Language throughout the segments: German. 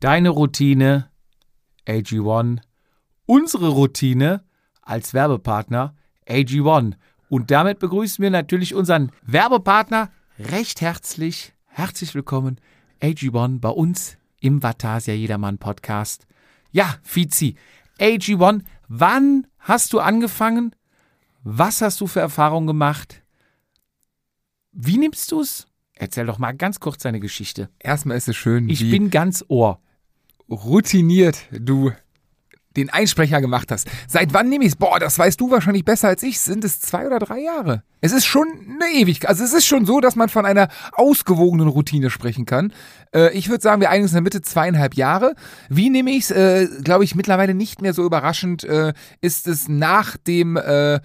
Deine Routine, AG1. Unsere Routine als Werbepartner, AG1. Und damit begrüßen wir natürlich unseren Werbepartner recht herzlich. Herzlich willkommen, AG1, bei uns im Vatasia Jedermann Podcast. Ja, Fizi, AG1, wann hast du angefangen? Was hast du für Erfahrungen gemacht? Wie nimmst du es? Erzähl doch mal ganz kurz deine Geschichte. Erstmal ist es schön, Ich wie bin ganz Ohr. routiniert du den Einsprecher gemacht hast. Seit wann nehme ich es? Boah, das weißt du wahrscheinlich besser als ich. Sind es zwei oder drei Jahre? Es ist schon eine Ewigkeit. Also es ist schon so, dass man von einer ausgewogenen Routine sprechen kann. Äh, ich würde sagen, wir einigen uns in der Mitte zweieinhalb Jahre. Wie nehme ich es? Äh, Glaube ich, mittlerweile nicht mehr so überraschend äh, ist es nach dem äh,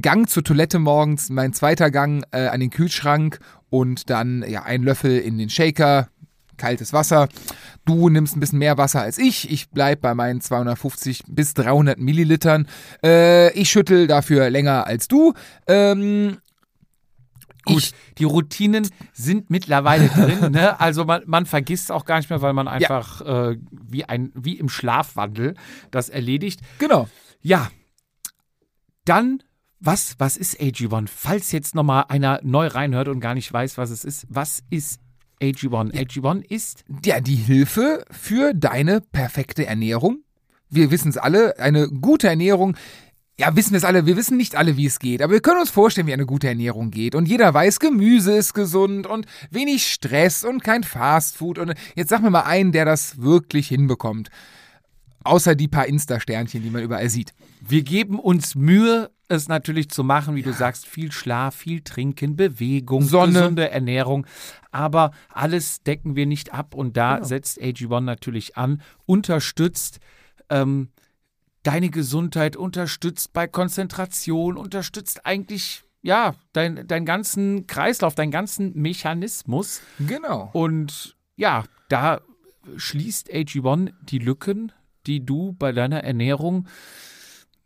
Gang zur Toilette morgens, mein zweiter Gang äh, an den Kühlschrank und dann ja, ein Löffel in den Shaker, kaltes Wasser. Du nimmst ein bisschen mehr Wasser als ich. Ich bleib bei meinen 250 bis 300 Millilitern. Äh, ich schüttel dafür länger als du. Ähm, Gut, Ich- die Routinen sind mittlerweile drin. Ne? Also man, man vergisst es auch gar nicht mehr, weil man einfach äh, wie, ein, wie im Schlafwandel das erledigt. genau. Ja, dann, was, was ist AG1? Falls jetzt nochmal einer neu reinhört und gar nicht weiß, was es ist, was ist AG1? AG1 ist Ja, die Hilfe für deine perfekte Ernährung. Wir wissen es alle, eine gute Ernährung. Ja, wissen wir es alle. Wir wissen nicht alle, wie es geht, aber wir können uns vorstellen, wie eine gute Ernährung geht. Und jeder weiß, Gemüse ist gesund und wenig Stress und kein Fastfood. Und jetzt sag mir mal einen, der das wirklich hinbekommt. Außer die paar Insta-Sternchen, die man überall sieht. Wir geben uns Mühe, es natürlich zu machen, wie du sagst, viel Schlaf, viel Trinken, Bewegung, Sonne. gesunde Ernährung. Aber alles decken wir nicht ab und da setzt AG1 natürlich an, unterstützt ähm, deine Gesundheit, unterstützt bei Konzentration, unterstützt eigentlich ja dein, deinen ganzen Kreislauf, deinen ganzen Mechanismus. Genau. Und ja, da schließt AG1 die Lücken, die du bei deiner Ernährung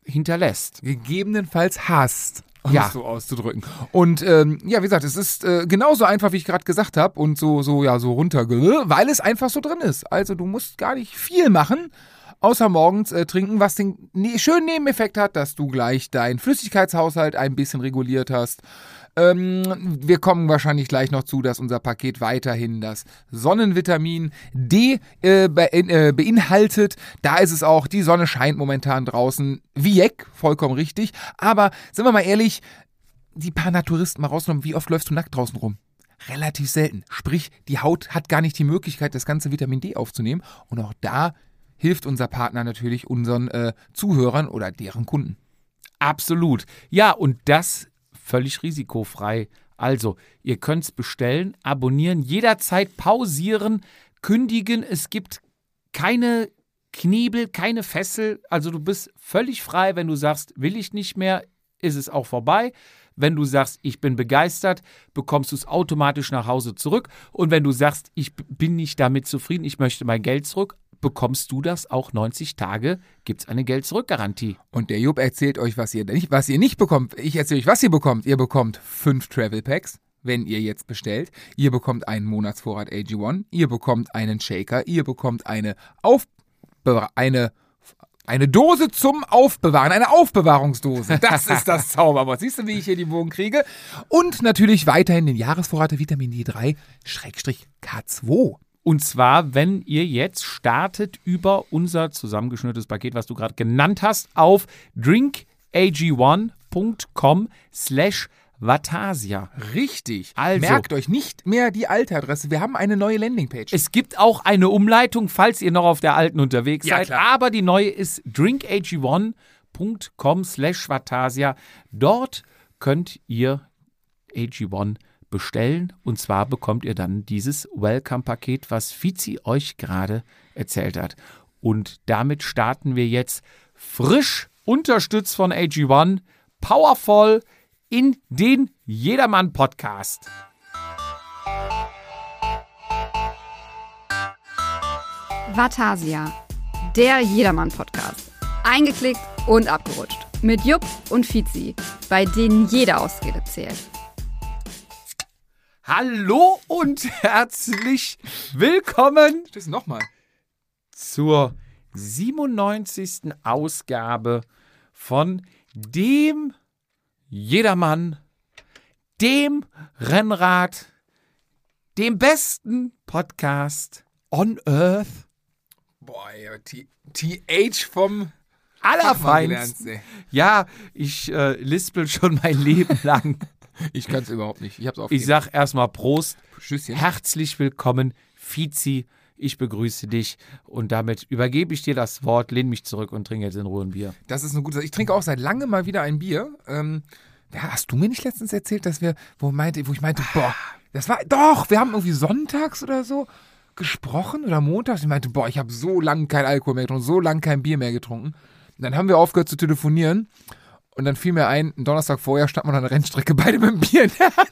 hinterlässt. gegebenenfalls hast, um Ja. es so auszudrücken. Und ähm, ja, wie gesagt, es ist äh, genauso einfach, wie ich gerade gesagt habe, und so, so, ja, so runter, weil es einfach so drin ist. Also du musst gar nicht viel machen. Außer morgens äh, trinken, was den ne schönen Nebeneffekt hat, dass du gleich deinen Flüssigkeitshaushalt ein bisschen reguliert hast. Ähm, wir kommen wahrscheinlich gleich noch zu, dass unser Paket weiterhin das Sonnenvitamin D äh, be äh, beinhaltet. Da ist es auch, die Sonne scheint momentan draußen wie Jeck, vollkommen richtig. Aber sind wir mal ehrlich, die paar Naturisten mal rausgenommen, wie oft läufst du nackt draußen rum? Relativ selten. Sprich, die Haut hat gar nicht die Möglichkeit, das ganze Vitamin D aufzunehmen. Und auch da hilft unser Partner natürlich unseren äh, Zuhörern oder deren Kunden. Absolut. Ja, und das völlig risikofrei. Also, ihr könnt es bestellen, abonnieren, jederzeit pausieren, kündigen. Es gibt keine Knebel, keine Fessel. Also, du bist völlig frei. Wenn du sagst, will ich nicht mehr, ist es auch vorbei. Wenn du sagst, ich bin begeistert, bekommst du es automatisch nach Hause zurück. Und wenn du sagst, ich b- bin nicht damit zufrieden, ich möchte mein Geld zurück, bekommst du das auch 90 Tage, gibt es eine Geld-Zurück-Garantie. Und der Jupp erzählt euch, was ihr nicht, was ihr nicht bekommt. Ich erzähle euch, was ihr bekommt. Ihr bekommt fünf Travel Packs, wenn ihr jetzt bestellt. Ihr bekommt einen Monatsvorrat AG1. Ihr bekommt einen Shaker. Ihr bekommt eine Auf eine eine Dose zum Aufbewahren, eine Aufbewahrungsdose. Das ist das Zauberwort. Siehst du, wie ich hier die Bogen kriege? Und natürlich weiterhin den Jahresvorrat der Vitamin D3 Schrägstrich K2. Und zwar, wenn ihr jetzt startet über unser zusammengeschnürtes Paket, was du gerade genannt hast, auf drinkag1.com slash Vatasia. Richtig. Also. Merkt euch nicht mehr die alte Adresse. Wir haben eine neue Landingpage. Es gibt auch eine Umleitung, falls ihr noch auf der alten unterwegs Ja, seid. klar. Aber die neue ist drinkag1.com slash Vatasia. Dort könnt ihr AG1 bestellen. Und zwar bekommt ihr dann dieses Welcome-Paket, was Fizi euch gerade erzählt hat. Und damit starten wir jetzt frisch, unterstützt von AG1, powerful in den Jedermann-Podcast. Vatasia, der Jedermann-Podcast. Eingeklickt und abgerutscht. Mit Jupp und Fizi, bei denen jede Ausrede zählt. Hallo und herzlich willkommen Stehst du nochmal? zur 97. Ausgabe von dem Jedermann, dem Rennrad, dem besten Podcast on Earth Boah, ja, T- TH vom allerfeinsten. Feinsten. Ja, ich äh, lispel schon mein Leben lang. Ich kann es überhaupt nicht. Ich hab's Ich aufgegeben. sag erstmal Prost, Tschüsschen. herzlich willkommen, Fizi. Ich begrüße dich und damit übergebe ich dir das Wort, lehn mich zurück und trinke jetzt in Ruhe ein Bier. Das ist eine gute Sache. Ich trinke auch seit langem mal wieder ein Bier. Ähm, ja, hast du mir nicht letztens erzählt, dass wir, wo, meinte, wo ich meinte, boah, das war, doch, wir haben irgendwie sonntags oder so gesprochen oder montags. Ich meinte, boah, ich habe so lange kein Alkohol mehr getrunken, so lange kein Bier mehr getrunken. Und dann haben wir aufgehört zu telefonieren. Und dann fiel mir ein, einen Donnerstag vorher stand man an der Rennstrecke beide mit dem Bier in der Hand.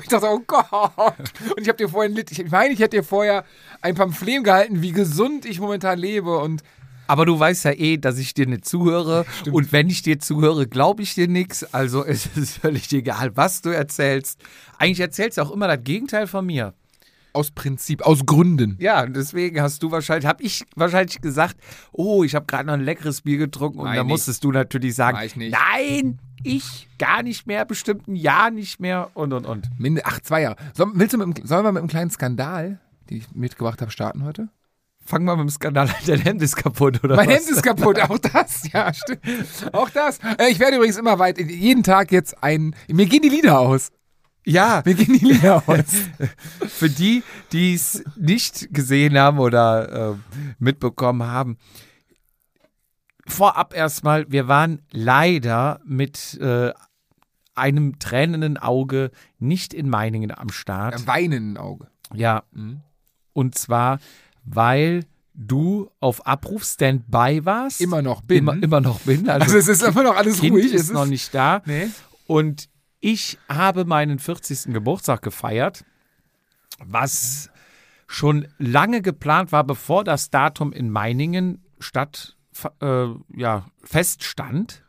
Ich dachte, oh Gott. Und ich habe dir vorhin, lit- ich meine, ich hätte dir vorher ein Pamphlet gehalten, wie gesund ich momentan lebe. Und Aber du weißt ja eh, dass ich dir nicht zuhöre und wenn ich dir zuhöre, glaube ich dir nichts. Also es ist völlig egal, was du erzählst. Eigentlich erzählst du auch immer das Gegenteil von mir. aus Prinzip, aus Gründen. Ja, und deswegen hast du wahrscheinlich, habe ich wahrscheinlich gesagt, oh, ich habe gerade noch ein leckeres Bier getrunken und Nein, da nicht. musstest du natürlich sagen, War ich nicht. nein, ich gar nicht mehr, bestimmt ein Jahr nicht mehr und und und. Minde, ach, zwei Jahre. Soll, willst du mit, dem- sollen wir mit einem kleinen Skandal, den ich mitgebracht habe, starten heute? Fangen wir mit dem Skandal an, dein Hemd ist kaputt, oder Mein was? Hemd ist kaputt, auch das, ja, stimmt. Auch das. Äh, Ich werde übrigens immer weit, jeden Tag jetzt ein. Mir gehen die Lieder aus. ja, Mir gehen die Lieder aus. für die, die es nicht gesehen haben oder äh, mitbekommen haben, vorab erstmal, wir waren leider mit äh, einem tränenden Auge nicht in Meiningen am Start. Äh, Weinen im Auge. Ja. Mhm. Und zwar, weil du auf Abruf Standby warst. Immer noch bin. Immer, immer noch bin. Also, also, es ist immer noch alles Kind ruhig. ist, es noch nicht da. Nee. Und ich habe meinen 40. Geburtstag gefeiert, was schon lange geplant war, bevor das Datum in Meiningen statt, äh, ja, feststand.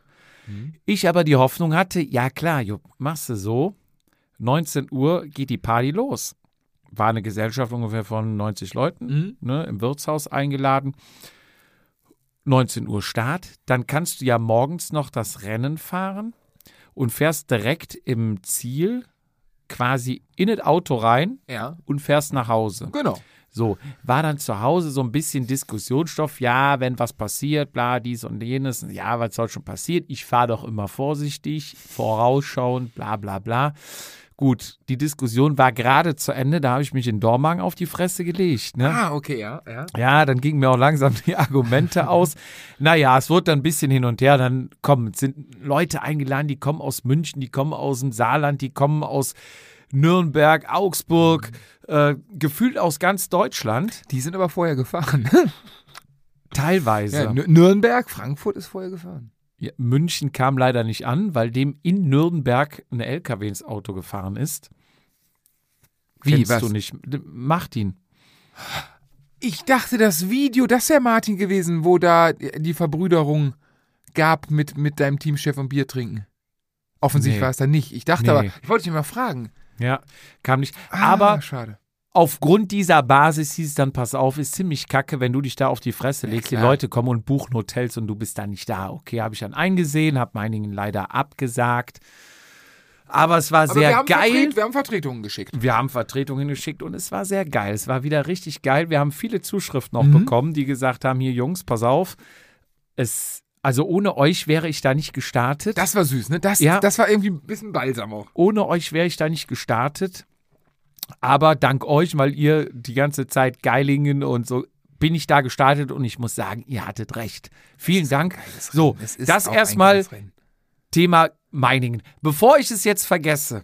Ich aber die Hoffnung hatte, ja klar, Jupp, machst du so, 19 Uhr geht die Party los. War eine Gesellschaft ungefähr von 90 Leuten, Mhm. ne, im Wirtshaus eingeladen. 19 Uhr Start, dann kannst du ja morgens noch das Rennen fahren und fährst direkt im Ziel quasi in das Auto rein Ja, und fährst nach Hause. genau. So, war dann zu Hause so ein bisschen Diskussionsstoff. Ja, wenn was passiert, bla, dies und jenes. Ja, was soll schon passiert? Ich fahre doch immer vorsichtig, vorausschauend, bla, bla, bla. Gut, die Diskussion war gerade zu Ende. Da habe ich mich in Dormagen auf die Fresse gelegt. Ne? Ah, okay, ja. ja. Ja, dann gingen mir auch langsam die Argumente aus. Naja, es wurde dann ein bisschen hin und her. Dann kommen, es sind Leute eingeladen, die kommen aus München, die kommen aus dem Saarland, die kommen aus Nürnberg, Augsburg, äh, gefühlt aus ganz Deutschland. Die sind aber vorher gefahren. Teilweise. Ja, Nü- Nürnberg, Frankfurt ist vorher gefahren. Ja, München kam leider nicht an, weil dem in Nürnberg ein LKW ins Auto gefahren ist. Kennst du nicht. Martin. Ich dachte, das Video, das wäre Martin gewesen, wo da die Verbrüderung gab mit, mit deinem Teamchef und Bier trinken. Offensichtlich Nee. war es da nicht. Ich dachte Nee. aber, ich wollte dich mal fragen. Ja, kam nicht. Ah, Aber schade. aufgrund dieser Basis hieß es dann, pass auf, ist ziemlich kacke, wenn du dich da auf die Fresse legst. Die klar. Leute kommen und buchen Hotels und du bist da nicht da. Okay, habe ich dann eingesehen, habe meinigen leider abgesagt. Aber es war Aber sehr wir haben geil. Vertret, wir haben Vertretungen geschickt. Wir haben Vertretungen geschickt und es war sehr geil. Es war wieder richtig geil. Wir haben viele Zuschriften auch Mhm. bekommen, die gesagt haben: Hier, Jungs, pass auf. Es, also ohne euch wäre ich da nicht gestartet. Das war süß, ne? Das, Ja. das war irgendwie ein bisschen balsam auch. ohne euch wäre ich da nicht gestartet. Aber dank euch, weil ihr die ganze Zeit Geilingen und so, bin ich da gestartet und ich muss sagen, ihr hattet recht. Vielen Dank. So, Es ist das auch ein erstmal geiles Rennen. Thema Meiningen. Bevor ich es jetzt vergesse,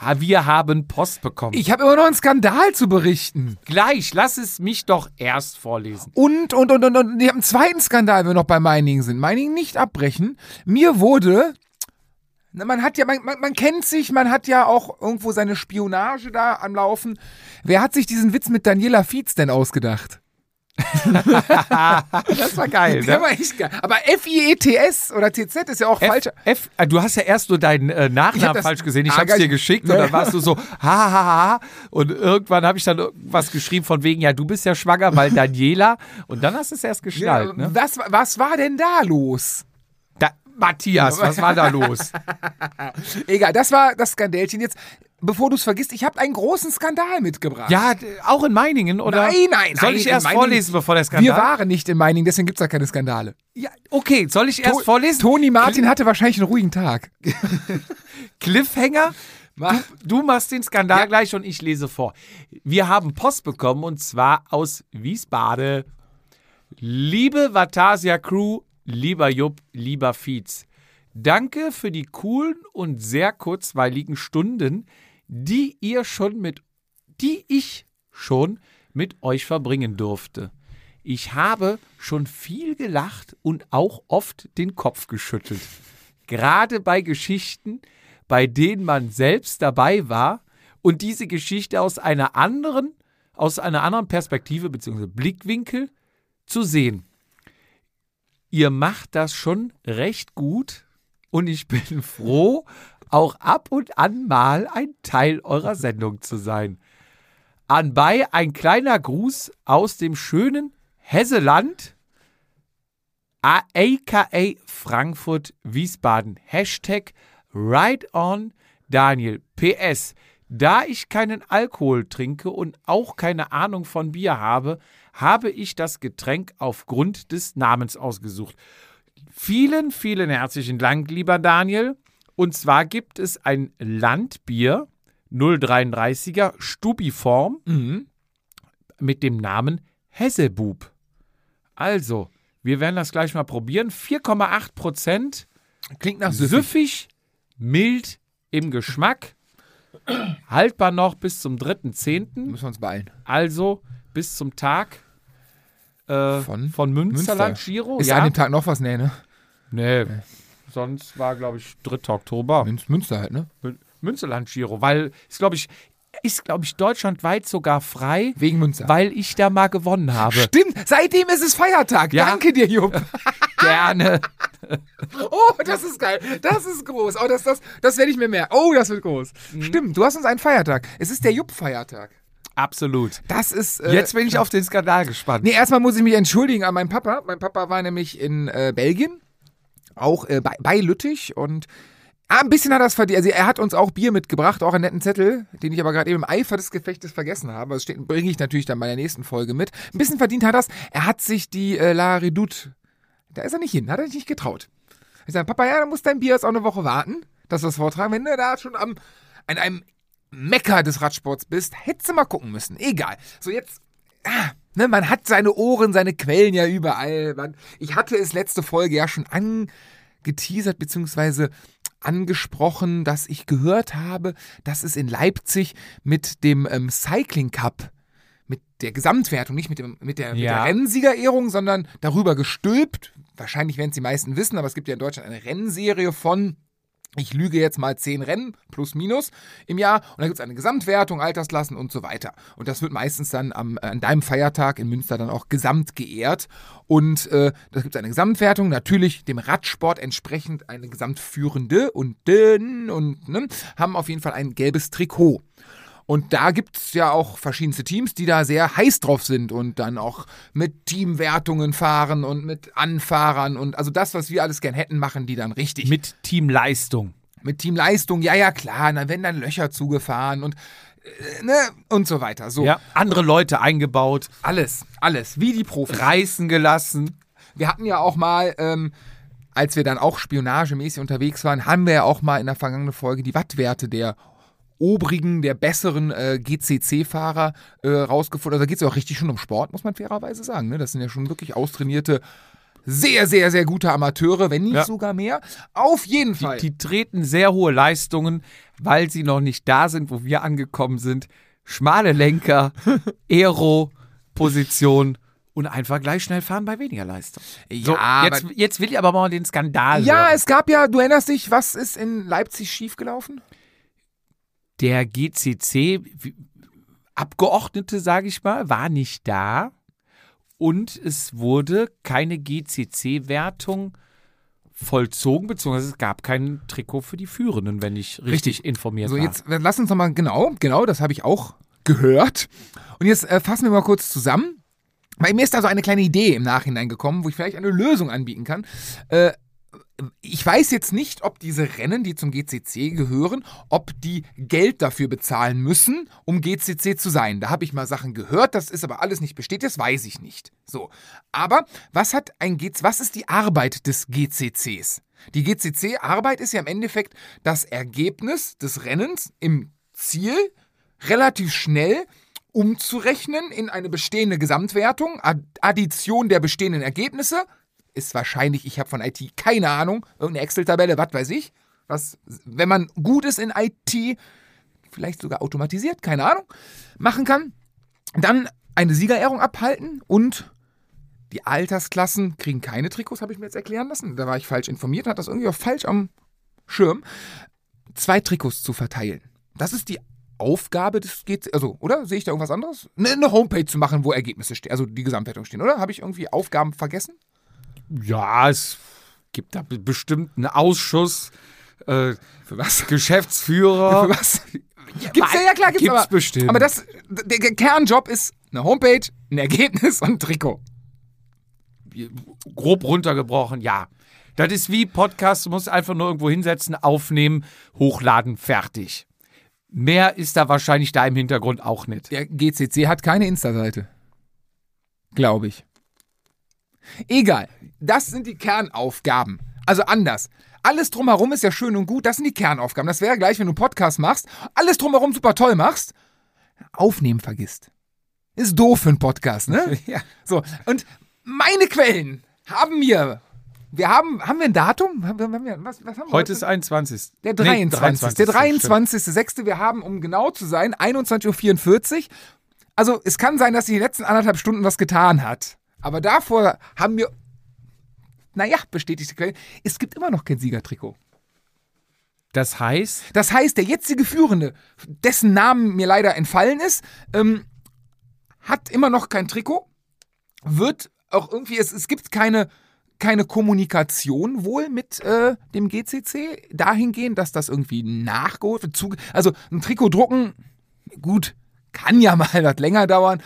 ha- wir haben Post bekommen. Ich habe immer noch einen Skandal zu berichten. Gleich, lass es mich doch erst vorlesen. Und, und, und, und, und ich habe einen zweiten Skandal, wenn wir noch bei Meiningen sind. Meiningen nicht abbrechen. Mir wurde, na, man hat ja, man, man, man kennt sich, man hat ja auch irgendwo seine Spionage da am Laufen. Wer hat sich diesen Witz mit Daniela Fietz denn ausgedacht? Das war geil. ne? Der war echt geil. Aber F-I-E-T-S oder T-Z ist ja auch falsch. F, F, äh, du hast ja erst nur deinen äh, Ich hab Nachnamen das- falsch gesehen. Ich Ah, habe es geil. dir geschickt und dann warst du so, ha, ha, ha, ha. Und irgendwann habe ich dann was geschrieben von wegen, ja, du bist ja schwanger, weil Daniela. Und dann hast du es erst geschnallt. Ne? was, was war denn da los? Da, Matthias, was war da los? Egal, das war das Skandälchen. Jetzt, bevor du es vergisst, ich habe einen großen Skandal mitgebracht. Ja, d- auch in Meiningen, oder? Nein, nein, Soll nein, ich in erst Meiningen- vorlesen, bevor der Skandal? Wir waren nicht in Meiningen, deswegen gibt es da keine Skandale. ja, okay, soll ich erst To- vorlesen? Toni Martin hatte wahrscheinlich einen ruhigen Tag. Cliffhanger. Mach. Du machst den Skandal gleich und ich lese vor. Wir haben Post bekommen und zwar aus Wiesbaden. Liebe Vatasia Crew, lieber Jupp, lieber Fietz, danke für die coolen und sehr kurzweiligen Stunden, die ihr schon mit die ich schon mit euch verbringen durfte. Ich habe schon viel gelacht und auch oft den Kopf geschüttelt. Gerade bei Geschichten, bei denen man selbst dabei war und diese Geschichte aus einer anderen, aus einer anderen Perspektive bzw. Blickwinkel zu sehen. Ihr macht das schon recht gut und ich bin froh, auch ab und an mal ein Teil eurer Sendung zu sein. Anbei ein kleiner Gruß aus dem schönen Hesseland, a- aka Frankfurt, Wiesbaden. Hashtag Right on Daniel. PS. Da ich keinen Alkohol trinke und auch keine Ahnung von Bier habe, habe ich das Getränk aufgrund des Namens ausgesucht. Vielen, vielen herzlichen Dank, lieber Daniel. Und zwar gibt es ein Landbier 033er Stubiform mit dem Namen Hessebub. Also, wir werden das gleich mal probieren. 4,8 Prozent Klingt nach Süffig. süffig, mild im Geschmack. Haltbar noch bis zum 3.10., Müssen wir uns beeilen. also bis zum Tag äh, Von von, Münsterland, Münster. Giro. Ist an ja? dem Tag noch was? Nee, ne? Nee, sonst war, glaube ich, 3. Oktober. Mün- Münster halt, ne? Mün Münsterland Giro, weil ist glaube ich ist glaube ich deutschlandweit sogar frei, Wegen Münster. weil ich da mal gewonnen habe. Stimmt, seitdem ist es Feiertag. Ja. Danke dir, Jupp. Gerne. Oh, das ist geil. Das ist groß. Oh, das, das, das werde ich mir merken. Oh, das wird groß. Mhm. Stimmt, du hast uns einen Feiertag. Es ist der Jupp-Feiertag. Absolut. Das ist. äh, Jetzt bin ich auf den Skandal gespannt. Nee, erstmal muss ich mich entschuldigen an meinen Papa. Mein Papa war nämlich in äh, Belgien, auch äh, bei, bei Lüttich und ah, ein bisschen hat er es verdient. Also er hat uns auch Bier mitgebracht, auch einen netten Zettel, den ich aber gerade eben im Eifer des Gefechtes vergessen habe. Das steht- bringe ich natürlich dann bei der nächsten Folge mit. Ein bisschen verdient hat das. Er hat sich die äh, La Redoute, da ist er nicht hin, hat er sich nicht getraut. Ich sage, Papa, ja, du musst dein Bier jetzt auch eine Woche warten, dass wir es vortragen. Wenn du da schon am, an einem Mecker des Radsports bist, hättest du mal gucken müssen. Egal. So, jetzt Ne, man hat seine Ohren, seine Quellen ja überall. Man, ich hatte es letzte Folge ja schon angeteasert bzw. angesprochen, dass ich gehört habe, dass es in Leipzig mit dem ähm, Cycling Cup, mit der Gesamtwertung, nicht mit, dem, mit der, mit der Ja. Rennsiegerehrung, sondern darüber gestülpt. Wahrscheinlich werden es die meisten wissen, aber es gibt ja in Deutschland eine Rennserie von ich lüge jetzt mal zehn Rennen, plus minus, im Jahr. Und dann gibt es eine Gesamtwertung, Altersklassen und so weiter. Und das wird meistens dann am, äh, an deinem Feiertag in Münster dann auch gesamt geehrt. Und äh, das gibt eine Gesamtwertung, natürlich dem Radsport entsprechend eine gesamtführende und dünn und ne, haben auf jeden Fall ein gelbes Trikot. Und da gibt es ja auch verschiedenste Teams, die da sehr heiß drauf sind und dann auch mit Teamwertungen fahren und mit Anfahrern und also das, was wir alles gern hätten, machen die dann richtig. Mit Teamleistung. Mit Teamleistung, ja, ja, klar. Und dann werden dann Löcher zugefahren und, äh, ne, und so weiter. So, Ja. Andere Leute eingebaut, alles, alles, wie die Profis. reißen gelassen. Wir hatten ja auch mal, ähm, als wir dann auch spionagemäßig unterwegs waren, haben wir ja auch mal in der vergangenen Folge die Wattwerte der obrigen, der besseren äh, GCC-Fahrer äh, rausgefunden. Also da geht es ja auch richtig schon um Sport, muss man fairerweise sagen. Ne? Das sind ja schon wirklich austrainierte, sehr, sehr, sehr gute Amateure, wenn nicht Ja. sogar mehr. Auf jeden Fall. Die treten sehr hohe Leistungen, weil sie noch nicht da sind, wo wir angekommen sind. Schmale Lenker, Aero-Position und einfach gleich schnell fahren bei weniger Leistung. So, Ja, jetzt, jetzt will ich aber mal den Skandal. Ja, hören. es gab ja, du erinnerst dich, was ist in Leipzig schiefgelaufen? der GCC Abgeordnete, sage ich mal, war nicht da und es wurde keine GCC-Wertung vollzogen, beziehungsweise es gab kein Trikot für die Führenden, wenn ich richtig, informiert So, war. jetzt äh, lass uns nochmal, genau, genau, das habe ich auch gehört. Und jetzt äh, fassen wir mal kurz zusammen. Weil mir ist da so eine kleine Idee im Nachhinein gekommen, wo ich vielleicht eine Lösung anbieten kann. Äh, ich weiß jetzt nicht, ob diese Rennen, die zum GCC gehören, ob die Geld dafür bezahlen müssen, um GCC zu sein. Da habe ich mal Sachen gehört, das ist aber alles nicht bestätigt, das weiß ich nicht. So, aber was hat ein GC, was ist die Arbeit des GCCs? Die GCC-Arbeit ist ja im Endeffekt das Ergebnis des Rennens im Ziel relativ schnell umzurechnen in eine bestehende Gesamtwertung, Ad- Addition der bestehenden Ergebnisse, ist wahrscheinlich, ich habe von IT keine Ahnung, irgendeine Excel-Tabelle, was weiß ich, was, wenn man gut ist in IT, vielleicht sogar automatisiert, keine Ahnung, machen kann, dann eine Siegerehrung abhalten und die Altersklassen kriegen keine Trikots, habe ich mir jetzt erklären lassen. Da war ich falsch informiert, hat das irgendwie auch falsch am Schirm. Zwei Trikots zu verteilen. Das ist die Aufgabe des GC, also, oder? Sehe ich da irgendwas anderes? Ne, Eine Homepage zu machen, wo Ergebnisse stehen, also die Gesamtwertung stehen, oder? Habe ich irgendwie Aufgaben vergessen? Ja, es gibt da be- bestimmt einen Ausschuss. Äh, Für was? Geschäftsführer. Für was? Gibt's ja, ja klar, gibt's, Oh. Gibt's aber, bestimmt. Aber das, der der Kernjob ist eine Homepage, ein Ergebnis und ein Trikot. Grob runtergebrochen, ja. Das ist wie Podcast, du musst einfach nur irgendwo hinsetzen, aufnehmen, hochladen, fertig. Mehr ist da wahrscheinlich da im Hintergrund auch nicht. Der GCC hat keine Insta-Seite. Glaube ich. Egal. Das sind die Kernaufgaben. Also anders. Alles drumherum ist ja schön und gut. Das sind die Kernaufgaben. Das wäre gleich, wenn du einen Podcast machst, alles drumherum super toll machst, aufnehmen vergisst. Ist doof für einen Podcast, ne? Ja. So, und meine Quellen haben mir. Wir haben, haben wir ein Datum? Haben wir, haben wir, was, was haben wir Heute ist 21. der Nee, 23. der 23. 23.06. Wir haben, um genau zu sein, 21.44 Uhr. Also es kann sein, dass sie die letzten anderthalb Stunden was getan hat. Aber davor haben wir, naja, bestätigte Quellen, es gibt immer noch kein Siegertrikot. Das heißt, Das heißt, der jetzige Führende, dessen Namen mir leider entfallen ist, ähm, hat immer noch kein Trikot, wird auch irgendwie, es, es gibt keine, keine Kommunikation wohl mit äh, dem GCC dahingehend, dass das irgendwie nachgeholt wird. zuge- Also ein Trikot drucken, gut, kann ja mal was länger dauern,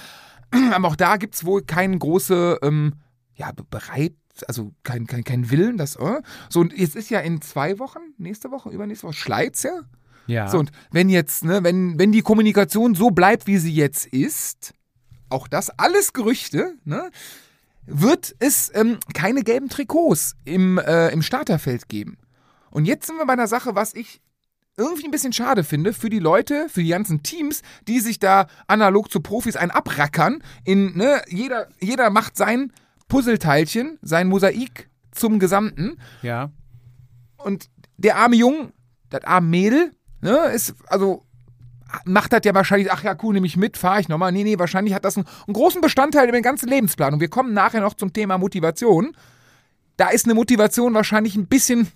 aber auch da gibt es wohl keine große, ähm, ja, be- bereit, also kein, kein, kein Willen, das, äh. So, und jetzt ist ja in zwei Wochen, nächste Woche, übernächste Woche, Schleiz, ja? ja. So, und wenn jetzt, ne, wenn, wenn die Kommunikation so bleibt, wie sie jetzt ist, auch das alles Gerüchte, ne, wird es ähm, keine gelben Trikots im, äh, im Starterfeld geben. Und jetzt sind wir bei einer Sache, was ich irgendwie ein bisschen schade finde für die Leute, für die ganzen Teams, die sich da analog zu Profis ein abrackern. In, ne, jeder, jeder macht sein Puzzleteilchen, sein Mosaik zum Gesamten. ja. Und der arme Jung, das arme Mädel, ne, ist, also macht das ja wahrscheinlich, ach ja, cool, nehme ich mit, fahre ich nochmal. Nee, nee, wahrscheinlich hat das einen, einen großen Bestandteil im ganzen Lebensplan. Und wir kommen nachher noch zum Thema Motivation. Da ist eine Motivation wahrscheinlich ein bisschen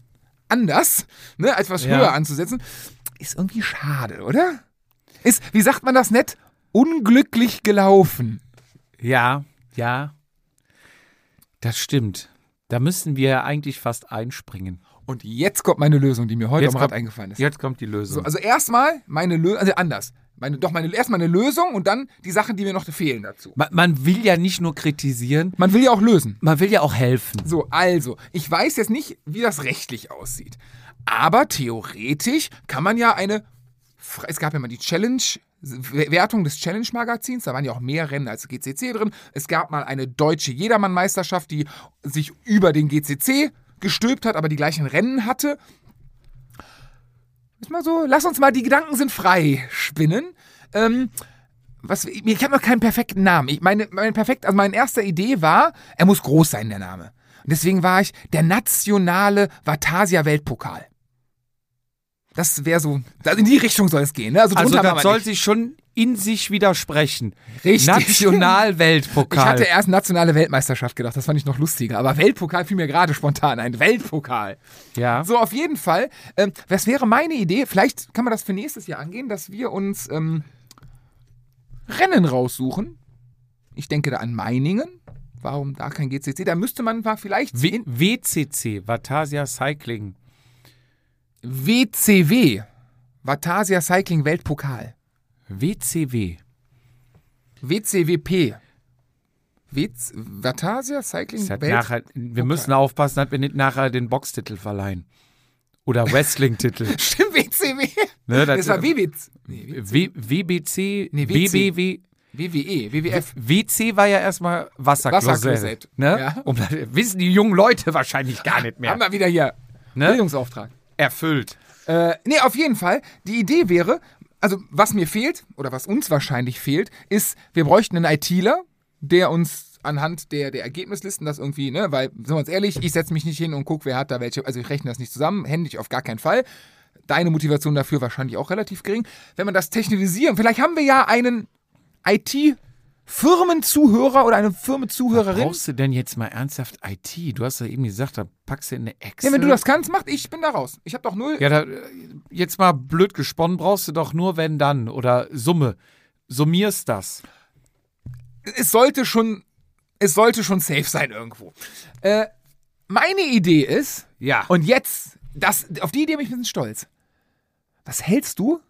anders, ne, als was Ja. höher anzusetzen. Ist irgendwie schade, oder? Ist, wie sagt man das nett? Unglücklich gelaufen. Ja, ja. Das stimmt. Da müssen wir ja eigentlich fast einspringen. Und jetzt kommt meine Lösung, die mir heute Jetzt am Rad kommt- eingefallen ist. Jetzt kommt die So, Lösung. also erstmal meine Lösung, also anders. Meine, doch, meine, erst meine Lösung und dann die Sachen, die mir noch fehlen dazu. man, man will ja nicht nur kritisieren, Man will ja auch lösen. man will ja auch helfen. So, also, ich weiß jetzt nicht, wie das rechtlich aussieht. Aber theoretisch kann man ja eine. Fre- Es gab ja mal die Challenge. Wertung des Challenge-Magazins, da waren ja auch mehr Rennen als GCC drin. Es gab mal eine deutsche Jedermann-Meisterschaft, die sich über den GCC gestülpt hat, aber die gleichen Rennen hatte. Ist mal so, lass uns mal, die Gedanken sind frei spinnen. Ähm, was, ich habe noch keinen perfekten Namen. Ich meine, mein perfekt, also meine erste Idee war, er muss groß sein, der Name. Und deswegen war ich der nationale Vatasia Weltpokal. Das wäre so, also in die Richtung soll es gehen. Ne? Also, Also drunter war das man soll nicht. sich schon in sich widersprechen. Richtig. Ich National-Weltpokal. hatte erst nationale Weltmeisterschaft gedacht, das fand ich noch lustiger. Aber Weltpokal fiel mir gerade spontan ein. Weltpokal. ja. So, auf jeden Fall. Ähm, was wäre meine Idee? Vielleicht kann man das für nächstes Jahr angehen, dass wir uns ähm, Rennen raussuchen. Ich denke da an Meiningen Warum da kein GCC? Da müsste man mal vielleicht W WCC, Vatasia Cycling. WCW, Vatasia Cycling Weltpokal. WCW. WCWP. Wez- Vatasia Cycling Das hat Welt. nachher, wir müssen aufpassen, dass wir nicht nachher den Boxtitel verleihen. Oder Wrestling-Titel. Stimmt, WCW. Ne, das, das- war WWZ. W- WBC, Nee, WC. WBW. WWE, WWF. WC war ja erstmal Wasserklosett. Wasserklosett, Ne? ja. Und das wissen die jungen Leute wahrscheinlich gar nicht mehr. Haben wir wieder hier. Ne? Bildungsauftrag. Erfüllt. Äh, nee, auf jeden Fall. Die Idee wäre, also was mir fehlt oder was uns wahrscheinlich fehlt, ist, wir bräuchten einen ITler, der uns anhand der, der Ergebnislisten das irgendwie, ne, weil, sind wir uns ehrlich, ich setze mich nicht hin und gucke, wer hat da welche, also ich rechne das nicht zusammen, händisch auf gar keinen Fall. Deine Motivation dafür wahrscheinlich auch relativ gering. Wenn man das technisieren, vielleicht haben wir ja einen IT-Firmenzuhörer oder eine Firmenzuhörerin. Brauchst du denn jetzt mal ernsthaft IT? Du hast ja eben gesagt, da packst du in eine Excel. Ja, wenn du das kannst, macht ich, bin da raus. Ich habe doch null. Ja, da, äh, jetzt mal blöd gesponnen, brauchst du doch nur wenn dann oder Summe. Summierst das. es sollte schon, es sollte schon safe sein irgendwo. Äh, meine Idee ist, Ja. und jetzt, das, auf die Idee bin ich ein bisschen stolz. Was hältst du?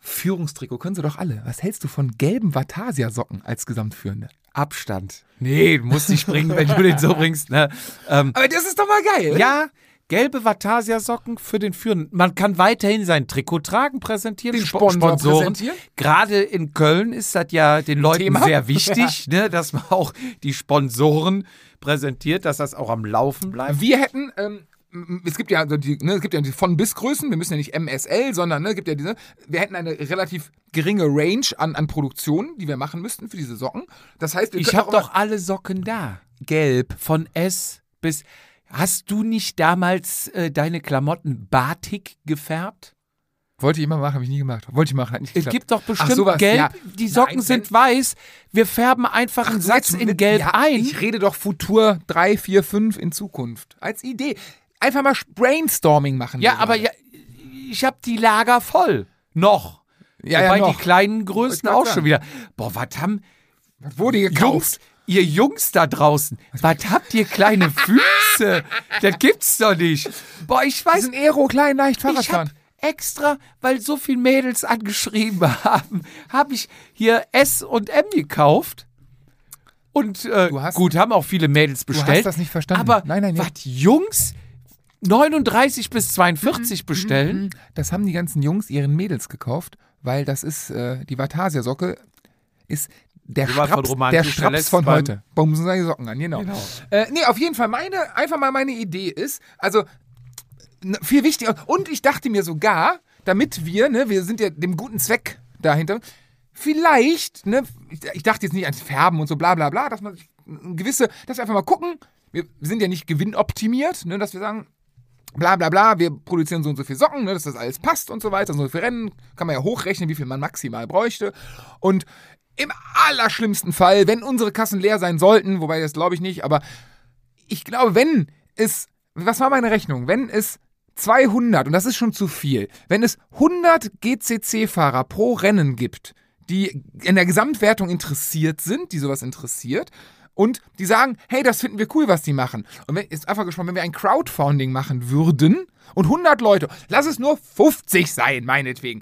Führungstrikot können sie doch alle. Was hältst du von gelben Vatasia-Socken als Gesamtführende? Abstand. Nee, du musst nicht springen, wenn du den so bringst. Ne? Ähm, Aber das ist doch mal geil. Ja, ja, gelbe Vatasia-Socken für den Führenden. Man kann weiterhin sein Trikot tragen, präsentieren, Den Spo- Sponsor präsentieren. Gerade in Köln ist das ja den Leuten Thema. sehr wichtig, ne, dass man auch die Sponsoren präsentiert, dass das auch am Laufen bleibt. wir hätten, ähm, m- es gibt ja so die, ne, es gibt ja die von bis Größen, wir müssen ja nicht MSL, sondern ne, es gibt ja diese, wir hätten eine relativ geringe Range an, an Produktionen, die wir machen müssten für diese Socken. Das heißt, wir Ich könnten habe auch mal- doch alle Socken da. Gelb. Von S bis. Hast du nicht damals äh, deine Klamotten Batik gefärbt? Wollte ich immer machen, habe ich nie gemacht. Wollte ich machen, hat nicht Es geklappt. gibt doch bestimmt Ach, sowas, Gelb. ja. Die Socken Nein, sind weiß. Wir färben einfach einen Du Satz jetzt in mit- Gelb ja, ein. Ich rede doch Futur 3, 4, 5 in Zukunft. Als Idee. Einfach mal Brainstorming machen. ja, wir aber gerade. ja, ich habe die Lager voll. Noch. Ja, ja, Wobei noch. die kleinen Größen grad auch sagen. schon wieder. Boah, was haben Was wurde Jungs, ihr Jungs da draußen, was habt ihr kleine Füße? das gibt's doch nicht. Boah, ich weiß Die sind Aero, klein, leicht, Fahrrad Ich habe fahren. extra, weil so viele Mädels angeschrieben haben, habe ich hier S und M gekauft. Und äh, Du hast- gut, haben auch viele Mädels bestellt. das nicht verstanden. Aber Nein, nein, nee. was Jungs 39 bis Mhm, 42 bestellen, Das haben die ganzen Jungs ihren Mädels gekauft, weil das ist, äh, die Vatasia-Socke ist der Sowas von Straps, der romantisch, da Straps lässt von beim- heute. Bumsen seine Socken an, genau. Genau. Äh, nee, auf jeden Fall, meine, einfach mal meine Idee ist, also n- viel wichtiger, und ich dachte mir sogar, damit wir, ne, wir sind ja dem guten Zweck dahinter, vielleicht, ne, ich, ich dachte jetzt nicht ans Färben und so bla bla bla, dass man sich n- gewisse, dass wir einfach mal gucken, wir sind ja nicht gewinnoptimiert, ne, dass wir sagen, bla bla bla, wir produzieren so und so viel Socken, ne, dass das alles passt und so weiter, so viel Rennen, kann man ja hochrechnen, wie viel man maximal bräuchte. Und im allerschlimmsten Fall, wenn unsere Kassen leer sein sollten, wobei das glaube ich nicht, aber ich glaube, wenn es, was war meine Rechnung, wenn es 200, und das ist schon zu viel, wenn es 100 GCC-Fahrer pro Rennen gibt, die in der Gesamtwertung interessiert sind, die sowas interessiert, und die sagen, hey, das finden wir cool, was die machen. Und wenn, ist einfach gesprochen, wenn wir ein Crowdfunding machen würden und 100 Leute, lass es nur 50 sein, meinetwegen,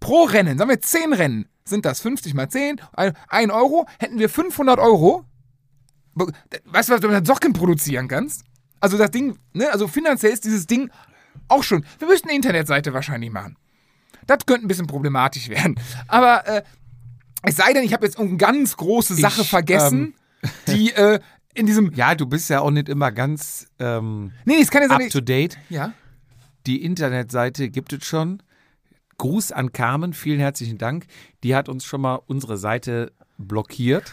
pro Rennen, sagen wir 10 Rennen, sind das 50 mal 10, ein- 1 Euro, hätten wir 500 Euro, Be- Weißt du, was du mit Socken produzieren kannst? Also das Ding, ne, also finanziell ist dieses Ding auch schon. Wir müssten eine Internetseite wahrscheinlich machen. Das könnte ein bisschen problematisch werden. Aber äh, es sei denn, ich habe jetzt eine ganz große Sache Ich, ähm, vergessen, die äh, in diesem. ja, du bist ja auch nicht immer ganz ähm, Nee, nee, es kann ja up sein. to date. Ja. Die Internetseite gibt es schon. Gruß an Carmen, vielen herzlichen Dank. Die hat uns schon mal unsere Seite blockiert,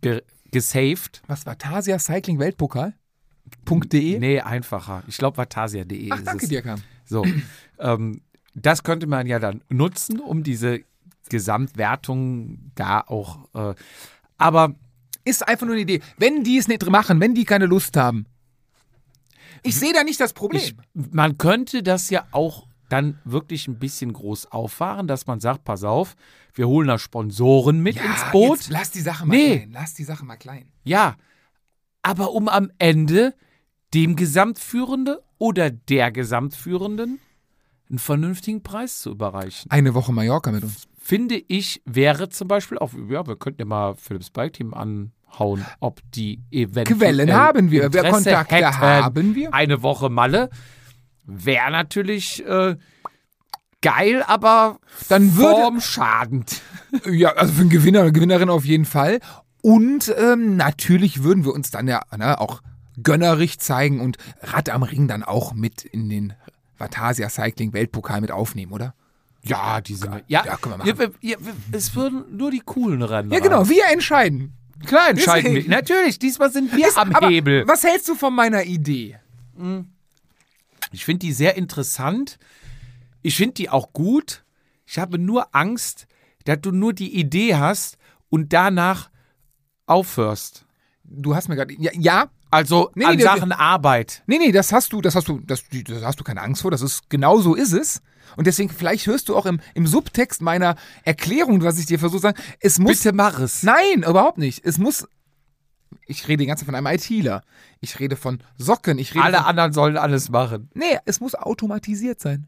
ge gesaved. Was war Tasia Cycling Weltpokal? .de? Nee, einfacher. Ich glaube, vatasia.de Ach, ist danke es. dir, Kam. So, ähm, das könnte man ja dann nutzen, um diese Gesamtwertung da auch. Äh, aber Ist einfach nur eine Idee. Wenn die es nicht machen, wenn die keine Lust haben. Ich sehe da nicht das Problem. ich, man könnte das ja auch dann wirklich ein bisschen groß auffahren, dass man sagt: Pass auf, wir holen da Sponsoren mit ins Boot. Ah, Jetzt lass die Sache mal Nee. klein. Lass die Sache mal klein. Ja, aber um am Ende dem Gesamtführende oder der Gesamtführenden einen vernünftigen Preis zu überreichen. Eine Woche Mallorca mit uns. Finde ich, wäre zum Beispiel auch, ja, wir könnten ja mal Philips Bike Team anhauen, ob die eventuell Quellen haben wir, Interesse Kontakte hätten. haben wir. Eine Woche Malle wäre natürlich äh, geil, aber Dann würde- formschadend. Ja, also für einen Gewinner oder Gewinnerin auf jeden Fall. Und ähm, natürlich würden wir uns dann ja ne, auch gönnerig zeigen und Rad am Ring dann auch mit in den Vatasia Cycling Weltpokal mit aufnehmen, oder? Ja, diese. Ja, ja, können wir Ja, wir- ja, wir- es würden nur die coolen Rennen. Ja, genau, wir entscheiden. Klar entscheiden wir. Deswegen. Natürlich, diesmal sind wir am aber Hebel. Was hältst du von meiner Idee? Ich finde die sehr interessant. Ich finde die auch gut. Ich habe nur Angst, dass du nur die Idee hast und danach aufhörst. Du hast mir gerade ja, ja, Also Nee, an nee, Sachen Arbeit. nee, nee, das hast du, das hast du, das, das hast du keine Angst vor. Das ist genau so ist es. Und deswegen vielleicht hörst du auch im, im Subtext meiner Erklärung, was ich dir versuche zu sagen, es muss Bitte mach es. Nein, überhaupt nicht. Es muss. Ich rede die ganze Zeit von einem ITler. Ich rede von Socken. Ich rede. Alle von, anderen sollen alles machen. nee, es muss automatisiert sein.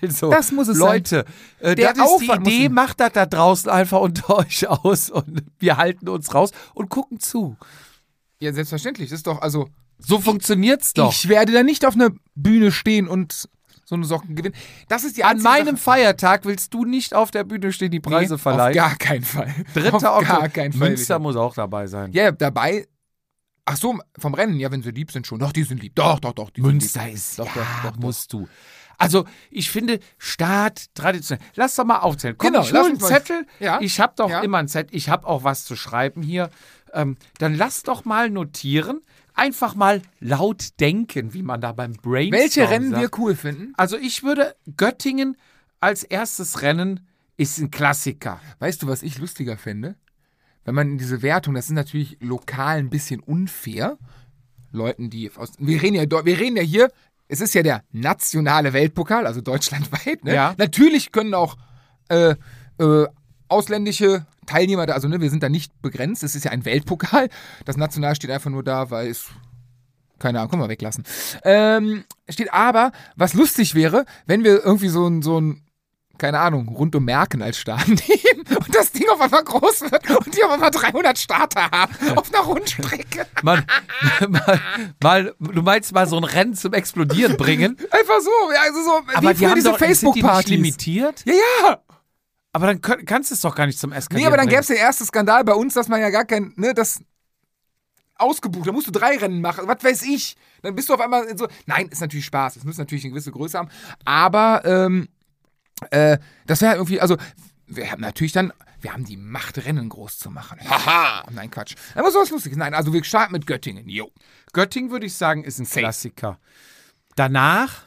Also, Das muss es Leute, äh, Der das ist die Aufwand muss Idee, ein- macht das da draußen einfach unter euch aus und wir halten uns raus und gucken zu. Ja, selbstverständlich. Das ist doch, also. So funktioniert's doch. Ich werde da nicht auf einer Bühne stehen und so eine Socken gewinnen. Das ist die An einzige meinem Sache. Feiertag willst du nicht auf der Bühne stehen, die Preise Nee, verleihen. Auf gar keinen Fall. auf Dritter gar keinen Fall. Münster muss auch dabei sein. Ja, dabei. Ach so, vom Rennen. Ja, wenn sie lieb sind schon. Doch, die sind lieb. Doch, doch, doch. Die Münster sind lieb. ist, Doch, ja, doch, doch, doch. musst du. Also, ich finde, Staat, traditionell. Lass doch mal aufzählen. Komm, Genau, ich hol lass einen uns mal- Zettel. Ja. Ich habe doch Ja. immer einen Zettel. Ich habe auch was zu schreiben hier. Ähm, dann lass doch mal notieren. Einfach mal laut denken, wie man da beim Brainstorm Welche Rennen sagt. wir cool finden? Also, ich würde Göttingen als erstes Rennen ist ein Klassiker. Weißt du, was ich lustiger fände? Wenn man in diese Wertung, das ist natürlich lokal ein bisschen unfair, Leuten, die aus. Wir reden ja, deu- wir reden ja hier, es ist ja der nationale Weltpokal, also deutschlandweit, ne? Ja. Natürlich können auch äh, äh, ausländische Teilnehmer da, also ne, wir sind da nicht begrenzt, es ist ja ein Weltpokal. Das National steht einfach nur da, weil es. Keine Ahnung, können wir weglassen. Ähm, steht aber, was lustig wäre, wenn wir irgendwie so ein, so ein keine Ahnung, rund um Merken als Start nehmen und das Ding auf einmal groß wird und die auf einmal 300 Starter haben auf einer Rundstrecke. Man, mal, mal, du meinst mal so ein Rennen zum Explodieren bringen? Einfach so, ja, also so, Aber wie die früher haben diese doch, sind die nicht Facebook-Partys. limitiert? Ja, ja. Aber dann könnt, kannst du es doch gar nicht zum Eskalieren Nee, aber dann bringen. gäbe es den ersten Skandal bei uns, dass man ja gar kein, ne, das ausgebucht, da musst du drei Rennen machen, was weiß ich. Dann bist du auf einmal so, nein, ist natürlich Spaß, es muss natürlich eine gewisse Größe haben, aber ähm, äh, das wäre irgendwie, also wir haben natürlich dann, wir haben die Macht, Rennen groß zu machen. Haha! Nein, Quatsch. Aber sowas Lustiges. Nein, also wir starten mit Göttingen. Jo. Göttingen, würde ich sagen, ist ein Klassiker. Danach,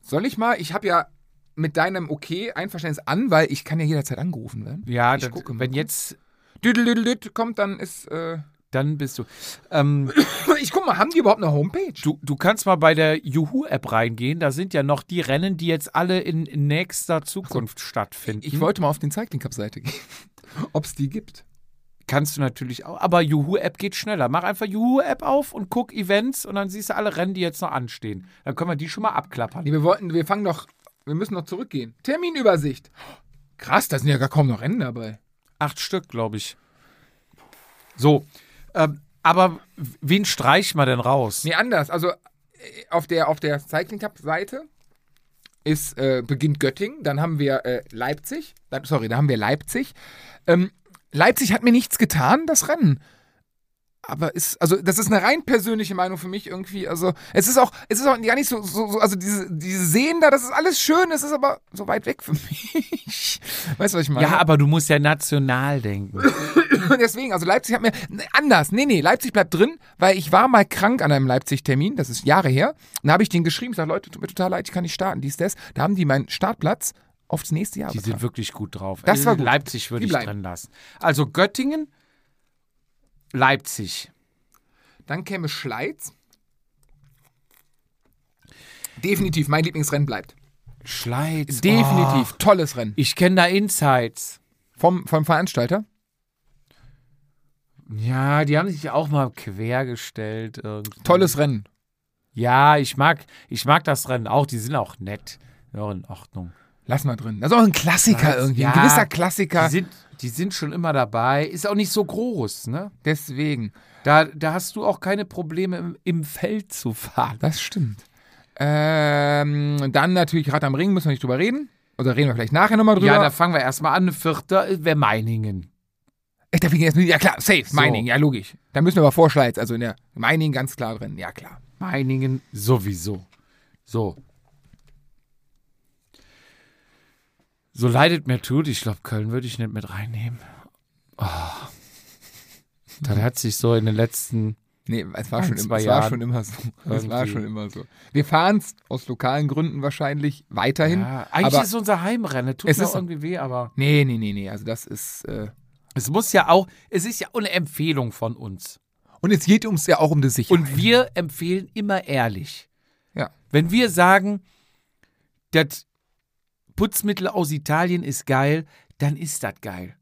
Soll ich mal, ich habe ja mit deinem Okay Einverständnis an, weil ich kann ja jederzeit angerufen werden. ja, Ich das, gucke mal. wenn jetzt, Düdelüdelüd kommt, dann ist, äh, dann bist du. Ähm, ich guck mal, haben die überhaupt eine Homepage? du, du kannst mal bei der Juhu-App reingehen. Da sind ja noch die Rennen, die jetzt alle in nächster Zukunft stattfinden. Also, Ich wollte mal auf den Cycling Cup-Seite gehen, ob es die gibt. kannst du natürlich auch. Aber Juhu-App geht schneller. Mach einfach Juhu-App auf und guck Events und dann siehst du alle Rennen, die jetzt noch anstehen. Dann können wir die schon mal abklappern. Nee, wir wollten, wir fangen doch, wir müssen noch zurückgehen. Terminübersicht. Krass, da sind ja gar kaum noch Rennen dabei. Acht Stück, glaube ich. So. Ähm, aber wen streichen wir denn raus? Nee, anders. Also äh, auf der, auf der Cycling Cup-Seite ist, äh, beginnt Göttingen, dann haben wir äh, Leipzig, dann, sorry, da haben wir Leipzig. Ähm, Leipzig hat mir nichts getan, das Rennen. Aber ist, also das ist eine rein persönliche Meinung für mich irgendwie. Also es ist auch, es ist auch gar nicht so, so, so also diese, diese Seen da, das ist alles schön, es ist aber so weit weg für mich. Weißt du, was ich meine? Ja, aber du musst ja national denken. Deswegen, also Leipzig hat mir anders. Nee, nee, Leipzig bleibt drin, weil ich war mal krank an einem Leipzig-Termin, das ist Jahre her. Dann habe ich denen geschrieben, ich sage, Leute, tut mir total leid, ich kann nicht starten, dies, das. Da haben die meinen Startplatz aufs nächste Jahr Die sind betragen. wirklich gut drauf. Das Äh, war gut. Leipzig würde Die ich bleiben. drin lassen. Also Göttingen, Leipzig. Dann käme Schleiz. Definitiv, mein Lieblingsrennen bleibt. Schleiz. Definitiv, Oh. tolles Rennen. Ich kenne da Insights. Vom, vom Veranstalter. Ja, die haben sich auch mal quergestellt. irgendwie. Tolles Rennen. Ja, ich mag, ich mag das Rennen auch. Die sind auch nett. Ja, in Ordnung. Lass mal drin. Das ist auch ein Klassiker Was? irgendwie. Ein Ja. gewisser Die Klassiker. sind, die sind schon immer dabei. Ist auch nicht so groß, ne? Deswegen. Da, da hast du auch keine Probleme im, im Feld zu fahren. Das stimmt. Ähm, dann natürlich Rad am Ring, müssen wir nicht drüber reden. Oder reden wir vielleicht nachher nochmal drüber. Ja, da fangen wir erstmal an. Ein Vierter wäre Meiningen. Ich darf ihn Äh, jetzt mit, ja klar, safe, So. Mining, ja logisch. Da müssen wir aber Vorschleiz, also in der Mining ganz klar drin, ja klar. Meiningen sowieso. So. So leidet mir tut, ich glaube, Köln würde ich nicht mit reinnehmen. Oh. Das hat sich so in den letzten. Nee, es war, Ein, schon, im- zwei es war Jahren. schon immer so. Es war Irgendwie. schon immer so. Wir fahren es aus lokalen Gründen wahrscheinlich weiterhin. Ja, eigentlich aber ist es unser Heimrennen. Tut Es mir ist- auch irgendwie weh, aber. nee, nee, nee, nee, also das ist. Äh, Es muss ja auch. Es ist ja eine Empfehlung von uns. und es geht ums ja auch um das Sicherheit. Und wir empfehlen immer ehrlich. Ja. Wenn wir sagen, das Putzmittel aus Italien ist geil, dann ist das geil.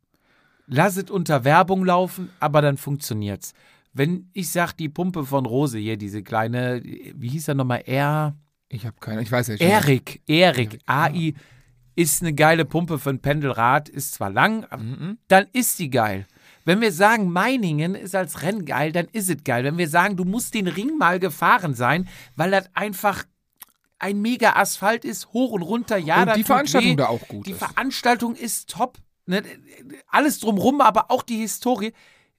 Lass es unter Werbung laufen, aber dann funktioniert's. Wenn ich sag, die Pumpe von Rose hier, diese kleine, wie hieß er nochmal? Er, ich habe keine, ich weiß ja schon. Erik, Erik, AI, ist eine geile Pumpe für ein Pendelrad, ist zwar lang, aber dann ist die geil. Wenn wir sagen, Meiningen ist als Rennen geil, dann ist es geil. Wenn wir sagen, du musst den Ring mal gefahren sein, weil das einfach ein mega Asphalt ist, hoch und runter, ja, Und das die tut Veranstaltung weh. da auch gut Die ist. Veranstaltung ist top. Ne? Alles drumrum, aber auch die Historie.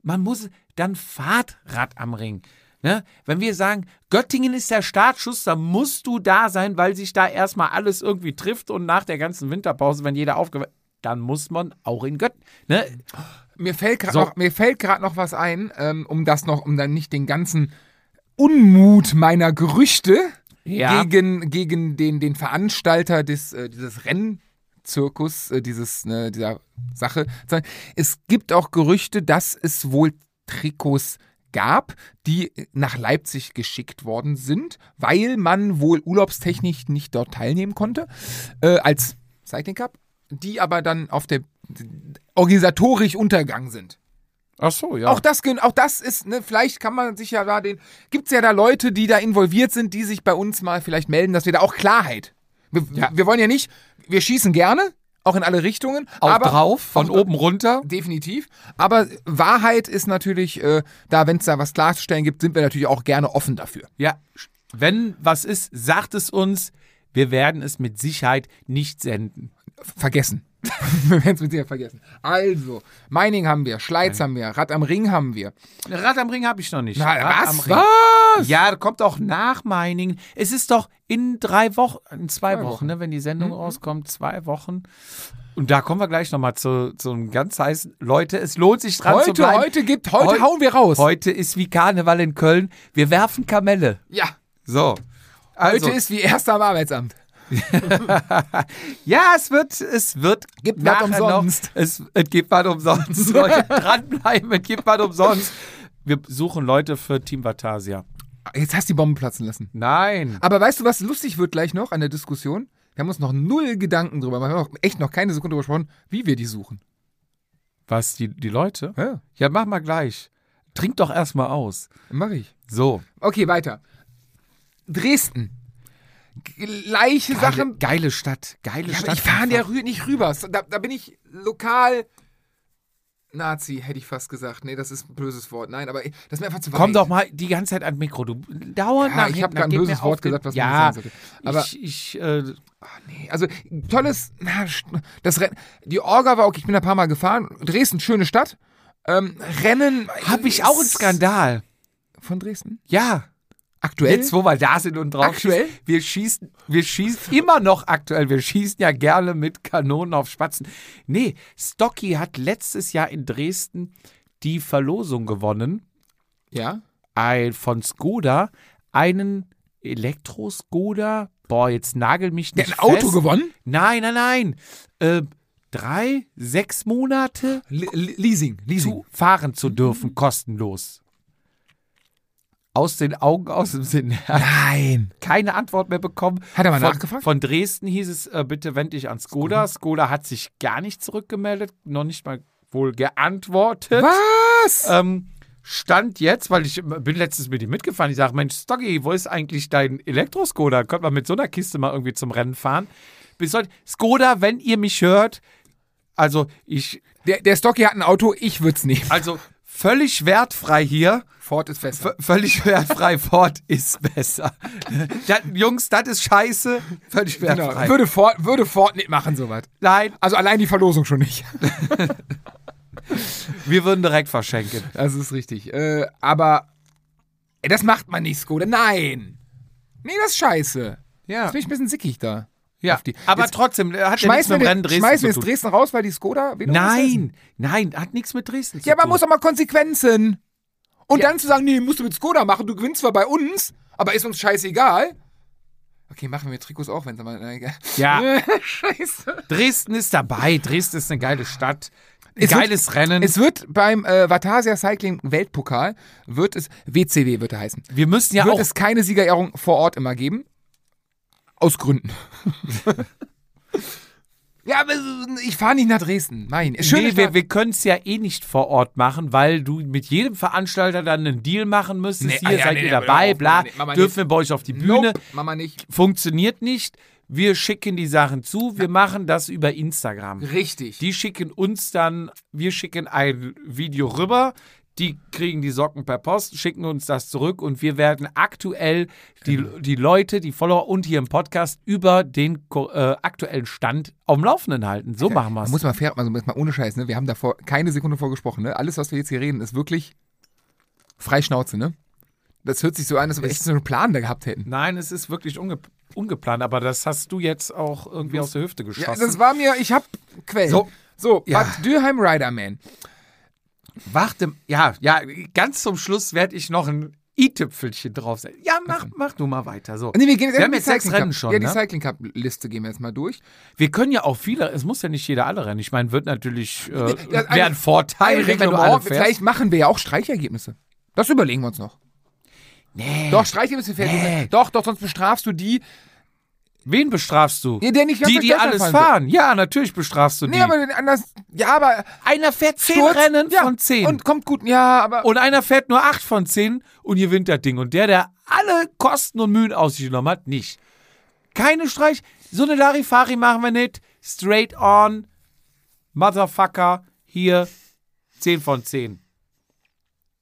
Man muss, dann fahrt Rad am Ring. Ne? Wenn wir sagen, Göttingen ist der Startschuss, dann musst du da sein, weil sich da erstmal alles irgendwie trifft und nach der ganzen Winterpause, wenn jeder aufgewacht dann muss man auch in Göttingen. Ne? Mir fällt gerade So. noch, mir fällt grad noch was ein, ähm, um das noch, um dann nicht den ganzen Unmut meiner Gerüchte Ja. gegen, gegen den, den Veranstalter des, äh, dieses Rennzirkus, äh, dieses, ne, dieser Sache. zu sagen. Es gibt auch Gerüchte, dass es wohl Trikots gab, die nach Leipzig geschickt worden sind, weil man wohl urlaubstechnisch nicht dort teilnehmen konnte, äh, als Cycling Cup, die aber dann auf der organisatorisch untergegangen sind. Ach so, ja. Auch das, gen- auch das ist, ne, vielleicht kann man sich ja da den, gibt's ja da Leute, die da involviert sind, die sich bei uns mal vielleicht melden, dass wir da auch Klarheit. Wir, wir wollen ja nicht, wir schießen gerne, auch in alle Richtungen, auch aber drauf, von auch- oben runter. definitiv. Aber Wahrheit ist natürlich äh, da, wenn es da was klarzustellen gibt, sind wir natürlich auch gerne offen dafür. Ja, wenn was ist, sagt es uns. Wir werden es mit Sicherheit nicht senden. vergessen. wir werden es mit Sicherheit vergessen. Also, Mining haben wir, Schleiz haben wir, Rad am Ring haben wir. Rad am Ring habe ich noch nicht. Na, Rad am was? Ring. Was? Ja, das kommt auch nach Meiningen. Es ist doch in drei Wochen, in zwei, Zwei Wochen, Wochen. Ne, wenn die Sendung rauskommt, zwei Wochen. Und da kommen wir gleich nochmal zu, zu einem ganz heißen. Leute, es lohnt sich dran zu Heute, bleiben. heute gibt, heute Heu- hauen wir raus. Heute ist wie Karneval in Köln. Wir werfen Kamelle. Ja, So. heute Also, ist wie erst am Arbeitsamt. ja, es wird, es wird Gibt was nachher umsonst. Noch, es, es gibt was umsonst. Leute, dranbleiben, es gibt was umsonst. Wir suchen Leute für Team Vatasia. Jetzt hast du die Bombe platzen lassen. Nein. Aber weißt du, was lustig wird gleich noch an der Diskussion? Wir haben uns noch null Gedanken drüber. gemacht. Wir haben auch echt noch keine Sekunde drüber gesprochen, wie wir die suchen. Was, die, die Leute? Ja, Ja, mach mal gleich. Trink doch erstmal aus. mache ich. So. Okay, weiter. Dresden. Gleiche Sachen. geile Stadt. Geile Ja, aber Stadt. ich fahre der rü nicht rüber. So, Da, da bin ich lokal Nazi, hätte ich fast gesagt. Nee, das ist ein böses Wort. Nein, aber ich- das ist mir einfach zu weit. Komm doch mal die ganze Zeit an Mikro. Du dauernd Ja, nach ich hinten, dann habe gerade ein geht mir böses auf Wort den- gesagt, was ja, man nicht sagen sollte. Aber ich, ich, äh, nee, also tolles, na, sch- das Rennen. Die Orga war okay, ich bin da ein paar Mal gefahren. Dresden, schöne Stadt. Ähm, Rennen. habe ich auch einen Skandal. Von Dresden? Ja. Aktuell? Jetzt, wo wir da sind und drauf Aktuell? schießen, wir schießen, wir schießen immer noch aktuell, wir schießen ja gerne mit Kanonen auf Spatzen. Nee, Stocky hat letztes Jahr in Dresden die Verlosung gewonnen. Ja. ein, von Skoda einen Elektro-Skoda. Boah, jetzt nagel mich Der nicht. hat ein Auto fest. gewonnen? Nein, nein, nein. Äh, drei, sechs Monate Le- Le- Leasing. zu fahren zu dürfen, kostenlos. Aus den Augen, aus dem Sinn. Er hat Nein. Keine Antwort mehr bekommen. Hat er mal von, nachgefragt? Von Dresden hieß es, äh, bitte wende dich an Skoda. Skoda hat sich gar nicht zurückgemeldet, noch nicht mal wohl geantwortet. Was? Ähm, Stand jetzt, weil ich äh, bin letztens mit ihm mitgefahren. Ich sage, Mensch, Stoggy, wo ist eigentlich dein Elektroskoda? Könnte man mit so einer Kiste mal irgendwie zum Rennen fahren? Bis heute, Skoda, wenn ihr mich hört, also ich, Der, der Stocky hat ein Auto, ich würde es nehmen. also völlig wertfrei hier. Ford ist besser. V völlig wertfrei, Ford ist besser. Das, Jungs, das ist scheiße. Völlig Genau. wertfrei. Würde, Ford, würde Ford nicht machen, soweit. Nein, Also allein die Verlosung schon nicht. wir würden direkt verschenken. Das ist richtig. Äh, aber ey, das macht man nicht, Skoda. Nein. Nee, das ist scheiße. Ja, Das bin ich ein bisschen sickig da. ja. auf die- aber Jetzt trotzdem, er hat ja nichts Schmeißen mit wir, dem Rennen den, Dresden schmeißen wir zu jetzt tun. Dresden raus, weil die Skoda... wen interessiert Nein, nein, hat nichts mit Dresden das? zu Ja, aber tun. man muss auch mal Konsequenzen. Und dann zu sagen, nee, musst du mit Skoda machen, du gewinnst zwar bei uns, aber ist uns scheißegal. Okay, machen wir Trikots auch, wenn es mal... Na, egal. Ja, scheiße. Dresden ist dabei. Dresden ist eine geile Stadt. Ein Es wird- geiles Rennen. Es wird beim äh, Vatasia Cycling Weltpokal, wird es... WCW wird er heißen. wir müssen ja wird auch es keine Siegerehrung vor Ort immer geben. Aus Gründen. ja, aber ich fahre nicht nach Dresden. Nein, ist schön. nee, wir, wir können es ja eh nicht vor Ort machen, weil du mit jedem Veranstalter dann einen Deal machen müsstest. Nee, ah Hier ja, seid nee, ihr nee, dabei, aber bla. machen wir nicht, machen wir dürfen nicht. wir bei euch auf die Bühne? nope, Mama nicht. Funktioniert nicht. Wir schicken die Sachen zu. Wir machen das über Instagram. Richtig. Die schicken uns dann, wir schicken ein Video rüber. Die kriegen die Socken per Post, schicken uns das zurück und wir werden aktuell die, die Leute, die Follower und hier im Podcast über den ko- äh, aktuellen Stand am Laufenden halten. So machen wir man es. muss mal fair, also jetzt mal ohne Scheiß, ne? Wir haben davor keine Sekunde vorgesprochen, ne? Alles, was wir jetzt hier reden, ist wirklich Freischnauze, ne? Das hört sich so an, als ob wir echt so einen Plan da gehabt hätten. Nein, es ist wirklich unge ungeplant, aber das hast du jetzt auch irgendwie aus der Hüfte Ja, geschossen. das war mir, ich hab Quellen. So. so Ja. Bad Dürheim Riderman. Warte, ja, ja, ganz zum Schluss werde ich noch ein i-Tüpfelchen draufsetzen. Ja, mach, mach du mal weiter. So. Nee, wir, gehen jetzt wir haben erstmal die jetzt sechs Cycling Cup- Rennen schon. Ja, die ne? Cycling Cup-Liste gehen wir jetzt mal durch. Wir können ja auch viele, es muss ja nicht jeder alle rennen. Ich meine, wird natürlich, äh, das- wäre ein Vorteil, Ein wenn du Reglement, alle fährst. vielleicht machen wir ja auch Streichergebnisse. Das überlegen wir uns noch. Nee. Doch, Streichergebnisse fährt Nee. Doch, doch, sonst bestrafst du die, Wen bestrafst du? Ja, der nicht ganz die, durch die Deutschland alles fahren will. fahren. Ja, natürlich bestrafst du die. Nee, aber den anders. Ja, aber. einer fährt zehn Sturz- Rennen ja, von zehn. Und kommt gut. Ja, aber. Und einer fährt nur acht von zehn und gewinnt das Ding. Und der, der alle Kosten und Mühen auf sich genommen hat, nicht. Keine Streich. So eine Larifari machen wir nicht. Straight on. Motherfucker. Hier. Zehn von zehn.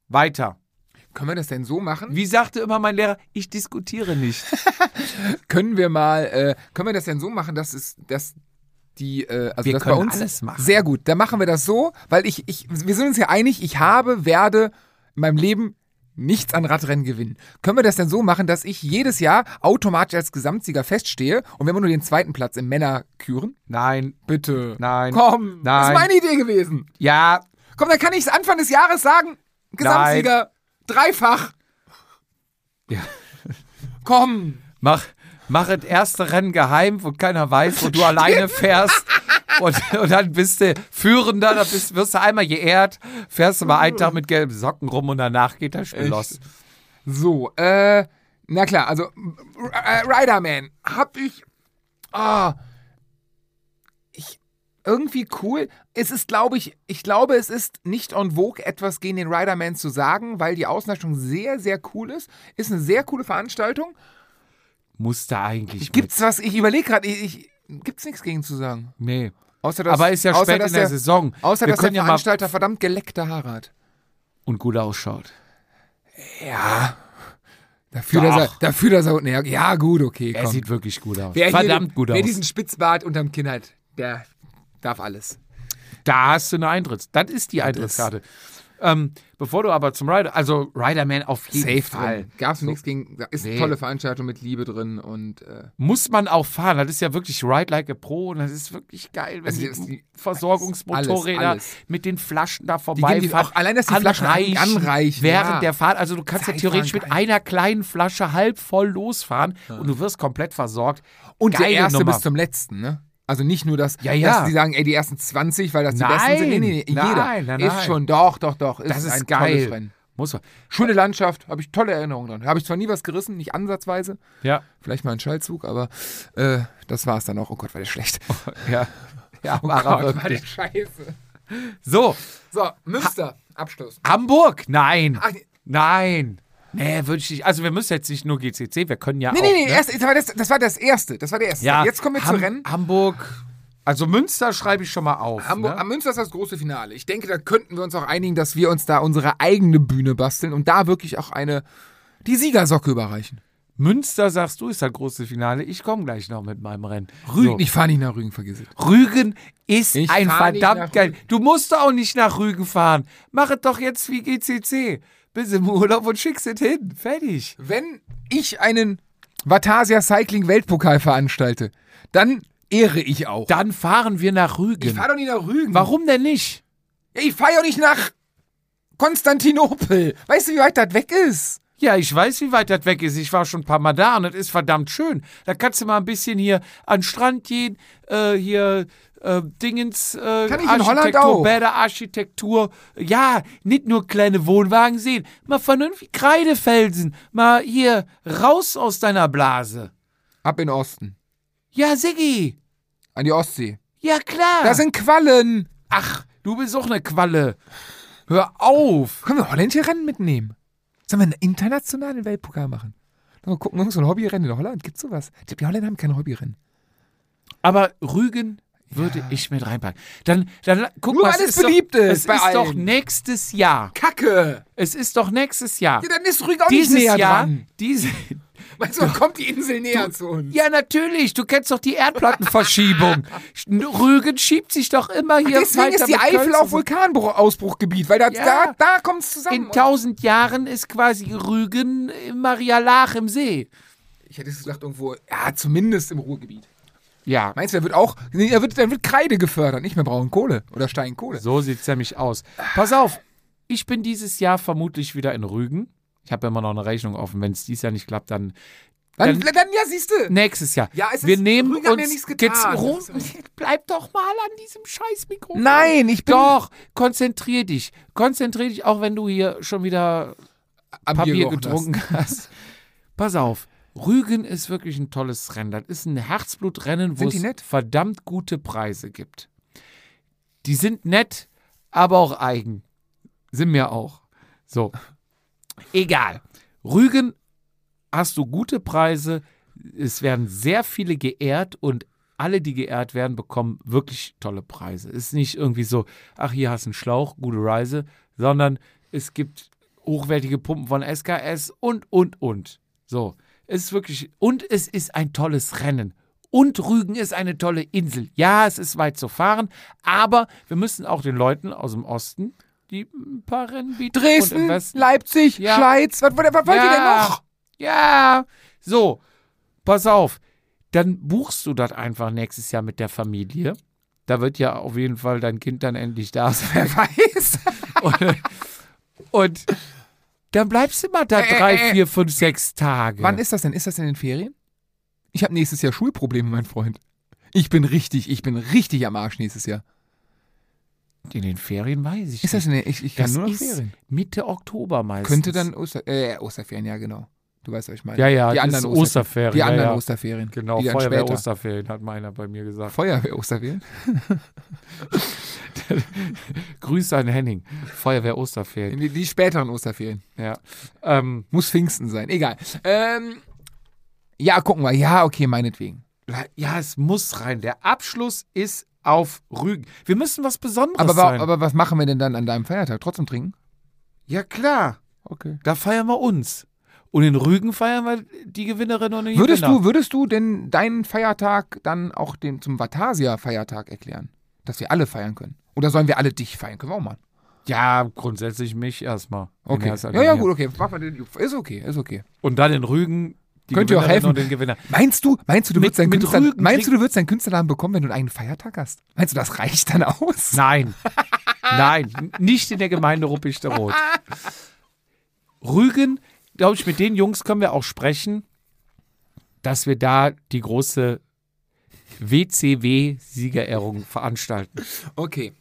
Weiter. können wir das denn so machen? Wie sagte immer mein Lehrer, ich diskutiere nicht. Können wir mal. Äh, können wir das denn so machen, dass es. Dass die, äh, also Wir das bei können uns alles machen. sehr gut. Dann machen wir das so, weil ich, ich, wir sind uns ja einig, ich habe, werde in meinem Leben nichts an Radrennen gewinnen. Können wir das denn so machen, dass ich jedes Jahr automatisch als Gesamtsieger feststehe und wir haben nur den zweiten Platz im Männerküren? Nein, Bitte. Nein. Komm. Das Nein. ist meine Idee gewesen. ja, Komm, dann kann ich es Anfang des Jahres sagen. Gesamtsieger. Dreifach. Ja. Komm. mach, mach das erste Rennen geheim, wo keiner weiß, wo du alleine fährst. Und, und dann bist du Führender, dann bist, wirst du einmal geehrt, fährst du mal einen Tag mit gelben Socken rum und danach geht das Spiel Echt? los. So, äh, na klar, also R- äh, Riderman hab ich. Ah. ich irgendwie cool. Es ist, glaube ich, ich glaube, es ist nicht on vogue, etwas gegen den Riderman zu sagen, weil die Auslastung sehr, sehr cool ist. Ist eine sehr coole Veranstaltung. Muss da eigentlich Gibt's was, ich überlege gerade, ich, ich, gibt's nichts gegen zu sagen. mit. Nee. Außer, dass, Aber ist ja außer, spät dass in der, der Saison. Außer, Wir dass der können ja mal Veranstalter verdammt geleckte Haare hat. und gut ausschaut. Ja. Dafür, Doch. dass er, dafür, dass er, nee, ja, gut, okay, Er komm. sieht wirklich gut aus. Wer hier Verdammt den, gut Wer aus. diesen Spitzbart unterm Kinn hat, der darf alles. Da hast du eine Eintritts. Das ist die Eintrittskarte. Ähm, bevor du aber zum Rider, also Riderman auf jeden Fall. Gab's nichts gegen, ist Nee. eine tolle Veranstaltung mit Liebe drin und, äh, muss man auch fahren. Das ist ja wirklich Ride Like a Pro und das ist wirklich geil, wenn Also die, das ist die- Versorgungsmotorräder alles, alles. mit den Flaschen da die vorbeifahren. gehen die auch, allein, dass die Flaschen anreichen, anreichen während ja. der Fahrt. Also du kannst ja Zeitfahren theoretisch mit geil. einer kleinen Flasche halb voll losfahren und du wirst komplett versorgt. und der Geile erste Nummer. bis zum letzten, ne? Also nicht nur, dass, Ja, ja. dass die sagen, ey, die ersten 20, weil das die Nein, besten sind. nein, jeder. nein, nein. Ist schon, doch, doch, doch. Ist Das ist ein geil. Tolles Rennen. Muss man. Schöne Landschaft, habe ich tolle Erinnerungen dran. Habe ich zwar nie was gerissen, nicht ansatzweise, Ja, vielleicht mal einen Schallzug, aber äh, das war es dann auch. Oh Gott, war der schlecht. ja. Ja, war er war der wirklich. scheiße. So, So, Münster. Abschluss. Hamburg? Nein. Ach, nee. Nein. Nee, würde ich nicht. Also wir müssen jetzt nicht nur GCC, wir können ja Nee, auch. nee, nee, ne? erst, das, war das, das war das erste. Das war der erste. Ja, Jetzt kommen wir zu Ham- Rennen. Hamburg. Also Münster schreibe ich schon mal auf. Hamburg, ne? Am Münster ist das große Finale. Ich denke, da könnten wir uns auch einigen, dass wir uns da unsere eigene Bühne basteln und da wirklich auch eine die Siegersocke überreichen. Münster, sagst du, ist das große Finale. Ich komme gleich noch mit meinem Rennen. Rügen, So. ich fahre nicht nach Rügen, vergiss es. Rügen ist Ich ein fahr nicht nach verdammt geil. Rügen. Du musst auch nicht nach Rügen fahren. Mach es doch jetzt wie GCC. Bis im Urlaub und schickst es hin. Fertig. Wenn ich einen Vatasia Cycling Weltpokal veranstalte, dann ehre ich auch. Dann fahren wir nach ich Rügen. fahre doch nicht nach Rügen. Warum denn nicht? Ja, Ich fahre ja nicht nach Konstantinopel. Weißt du, wie weit das weg ist? Ja, ich weiß, wie weit das weg ist. Ich war schon ein paar Mal da und das ist verdammt schön. Da kannst du mal ein bisschen hier an den Strand gehen, äh, hier äh, Dingens, äh, Kann ich in Holland auch? Architektur, Bäder, Architektur. Ja, nicht nur kleine Wohnwagen sehen. Mal vernünftig Kreidefelsen. Mal hier raus aus deiner Blase. Ab in den Osten. Ja, Siggi. An die Ostsee. Ah. Ja, klar. Da sind Quallen. Ach, du bist auch eine Qualle. Hör auf. Können wir holländische Rennen mitnehmen? Sollen wir einen internationalen Weltpokal machen? Mal gucken, irgend so ein Hobbyrennen in Holland. Gibt's sowas? Ich glaube, die Holländer haben keine Hobbyrennen. Aber Rügen würde ich mit reinpacken. Dann, dann guck Nur mal, weil es es ist beliebt doch, ist Es bei ist doch allen. nächstes Jahr. Kacke! Es ist doch nächstes Jahr. Ja, dann ist Rügen auch Dieses nicht näher Jahr, dran. diese, Weißt du, dann kommt die Insel näher zu uns. ja natürlich, du kennst doch die Erdplattenverschiebung. Rügen schiebt sich doch immer hier Deswegen weiter ist die mit Eifel Köln auch zusammen. Vulkanausbruchgebiet, weil da, Ja. da, da kommt es zusammen. In tausend Jahren ist quasi Rügen im Maria Laach im See. ich hätte es gesagt, irgendwo, ja, zumindest im Ruhrgebiet. Ja, Meinst du, er wird auch, nee, er wird, dann wird Kreide gefördert, nicht mehr Braunkohle oder Steinkohle. so sieht's nämlich aus. Pass auf, ich bin dieses Jahr vermutlich wieder in Rügen. Ich habe ja immer noch eine Rechnung offen. Wenn es dieses Jahr nicht klappt, dann Dann, Dann- dann, ja, siehst du. nächstes Jahr. Ja, es Wir ist- nehmen Rügen hat uns ja nichts getan. Jetzt, Ro- bleib doch mal an diesem scheiß Mikrofon. Nein, ich bin Doch, konzentrier dich. Konzentrier dich, auch wenn du hier schon wieder am Papier gerochen getrunken hast. Pass auf. Rügen ist wirklich ein tolles Rennen. Das ist ein Herzblutrennen, wo Sind die es nett? verdammt gute Preise gibt. Die sind nett, aber auch eigen. Sind mir auch. So. Egal. Rügen hast du gute Preise. Es werden sehr viele geehrt und alle, die geehrt werden, bekommen wirklich tolle Preise. Ist nicht irgendwie so, ach, hier hast du einen Schlauch, gute Reise, sondern es gibt hochwertige Pumpen von SKS und, und, und. So. Es ist wirklich, und es ist ein tolles Rennen. Und Rügen ist eine tolle Insel. Ja, es ist weit zu fahren, aber wir müssen auch den Leuten aus dem Osten, die ein paar Rennen bieten, und im Dresden, Westen Leipzig, Ja. Schleiz, was, was, was wollt ihr denn ja. noch? Ja, so, pass auf. Dann buchst du das einfach nächstes Jahr mit der Familie. Da wird ja auf jeden Fall dein Kind dann endlich da sein. Wer weiß? Und, und dann bleibst du mal da Äh, drei, äh, äh. vier, fünf, sechs Tage. Wann ist das denn? Ist das denn in den Ferien? Ich habe nächstes Jahr Schulprobleme, mein Freund. Ich bin richtig, ich bin richtig am Arsch nächstes Jahr. in den Ferien? Weiß ich Ist das nicht. denn? Ich, ich kann das nur noch ist Ferien. Mitte Oktober meistens. Könnte dann Oster, äh, Osterferien, ja genau. Du weißt, was ich meine. Ja, ja, die das ist anderen Osterferien. Osterferien. Die anderen ja, ja. Osterferien. Genau, die dann später. Feuerwehr-Osterferien hat meiner bei mir gesagt. Feuerwehr-Osterferien? Grüße an Henning. Feuerwehr-Osterferien. Die, die späteren Osterferien. Ja. Ähm, Muss Pfingsten sein, egal. Ähm, ja, gucken wir. Ja, okay, meinetwegen. Ja, es muss rein. Der Abschluss ist auf Rügen. Wir müssen was Besonderes Aber, wa- sein. aber was machen wir denn dann an deinem Feiertag? Trotzdem trinken? ja, klar. Okay. Da feiern wir uns. Und in Rügen feiern wir die Gewinnerin und den Würdest Gewinner. du, würdest du denn deinen Feiertag dann auch dem, zum Vatasia-Feiertag erklären? Dass wir alle feiern können? Oder sollen wir alle dich feiern? Können wir auch mal. Ja, grundsätzlich mich erstmal. In Okay. erster Ja, ja, Linie. gut, okay. Mach mal den- Ist okay, ist okay. Und dann in Rügen die Könnt ihr auch Gewinnerin helfen? und den Gewinner. Meinst du, meinst du, du, Mit- würdest, deinen mit Künstler, Rügen meinst du, krieg- du würdest deinen Künstlernamen bekommen, wenn du einen eigenen Feiertag hast? Meinst du, das reicht dann aus? Nein. Nein. n- Nicht in der Gemeinde Ruppichteroth. Rügen, glaube ich, mit den Jungs können wir auch sprechen, dass wir da die große WCW-Siegerehrung veranstalten. Okay.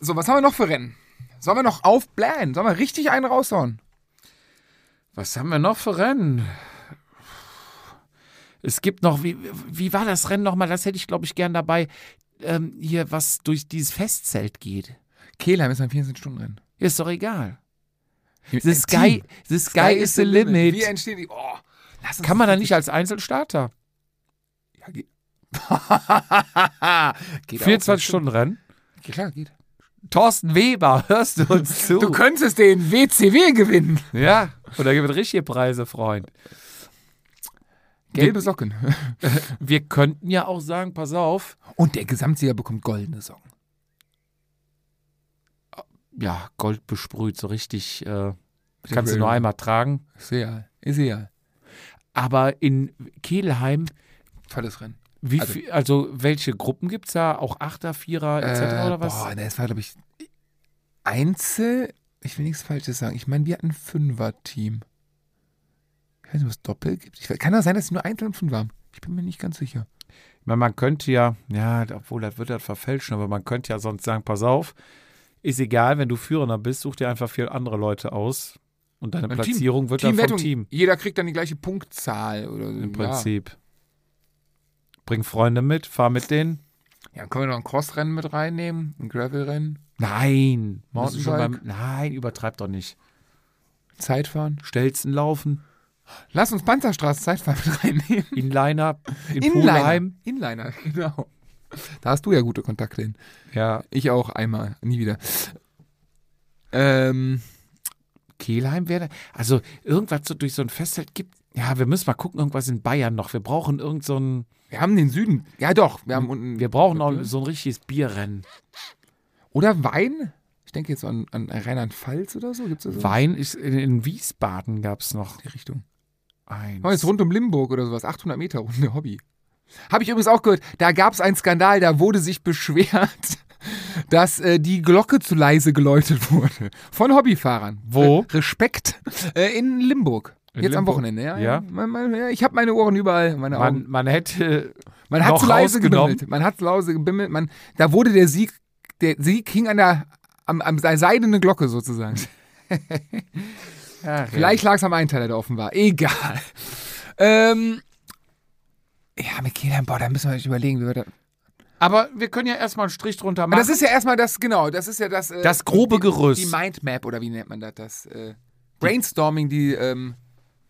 So, was haben wir noch für Rennen? Sollen wir noch aufblähen? Sollen wir richtig einen raushauen? Was haben wir noch für Rennen? Es gibt noch, wie, wie war das Rennen nochmal? Das hätte ich, glaube ich, gern dabei. Ähm, hier, was durch dieses Festzelt geht. Kehlheim ist ein 24-Stunden-Rennen. Ist doch egal. The sky, the sky is the limit. Wie entstehen die? Oh, lass uns Kann man da nicht als Einzelstarter? Ja, geht. Geht auch. 24 Stunden Rennen. Ja, Klar, geht. Thorsten Weber, hörst du uns zu? Du könntest den WCW gewinnen. ja, und da gibt es richtige Preise, Freund. Gelbe Socken. Wir könnten ja auch sagen, pass auf. Und der Gesamtsieger bekommt goldene Socken. Ja, Gold besprüht, so richtig. Äh, kannst du Bildung. nur einmal tragen. Ist egal. Ist egal. Aber in Kehlheim, Tolles Rennen. wie Also- also, viel, also welche Gruppen gibt es da? Auch Achter, Vierer, etc. Äh, oder was? Boah, ne, es war, glaube ich, Einzel. Ich will nichts Falsches sagen. Ich meine, wir hatten ein Fünfer-Team. Ich weiß nicht, ob es Doppel gibt. Ich, we- kann das sein, dass sie nur Einzel und Fünfer haben? Ich bin mir nicht ganz sicher. Ich meine, man könnte ja, ja, obwohl das wird das verfälschen, aber man könnte ja sonst sagen, pass auf, ist egal, wenn du Führender bist, such dir einfach vier andere Leute aus und deine Beim Team. Platzierung wird dann vom Team Jeder kriegt dann die gleiche Punktzahl oder so. im Prinzip. Bring Freunde mit, fahr mit denen. Ja. ja, können wir noch ein Crossrennen mit reinnehmen? Ein Gravelrennen? Nein, müssen schon beim, Mountainbike? nein, übertreib doch nicht. Zeitfahren? Stelzen laufen, Lass uns Panzerstraße Zeitfahren mit reinnehmen. Inliner, in Inliner. Poolheim. Inliner, genau. Da hast du ja gute Kontakte hin. Ja, Ich auch einmal, nie wieder. Ähm, Kehlheim wäre, also irgendwas so durch so ein Festzelt gibt. Ja, wir müssen mal gucken, irgendwas in Bayern noch. Wir brauchen irgend so ein, wir haben den Süden. Ja, doch, wir haben unten. wir brauchen noch so ein richtiges Bierrennen. oder Wein? Ich denke jetzt so an, an Rheinland-Pfalz oder so. Gibt es da so Wein ist in, in Wiesbaden gab es noch die Richtung? eins. Oh, jetzt rund um Limburg oder sowas. 800 Meter Runde Hobby. Habe ich übrigens auch gehört. Da gab es einen Skandal. Da wurde sich beschwert, dass äh, die Glocke zu leise geläutet wurde. Von Hobbyfahrern. Wo? Re- Respekt. Äh, in Limburg. In jetzt am Limburg. Wochenende, ja. Ja. Mein- mein- ja, Ich habe meine Ohren überall, meine Augen. man, man hätte Man hat noch zu leise rausgenommen. gebimmelt. Man hat zu leise gebimmelt. Man, da wurde der Sieg, der Sieg hing an der, am, am der seidenen Glocke sozusagen. Vielleicht lag es am Einteiler, der offen war. Egal. Ähm, ja, mit Kehlheim, boah, da müssen wir echt überlegen, wie wir das. Aber wir können ja erstmal einen Strich drunter machen. Das ist ja erstmal das, genau, das ist ja das. äh, Das grobe Gerüst. Die Mindmap, oder wie nennt man das? Das äh, Brainstorming, die, ähm,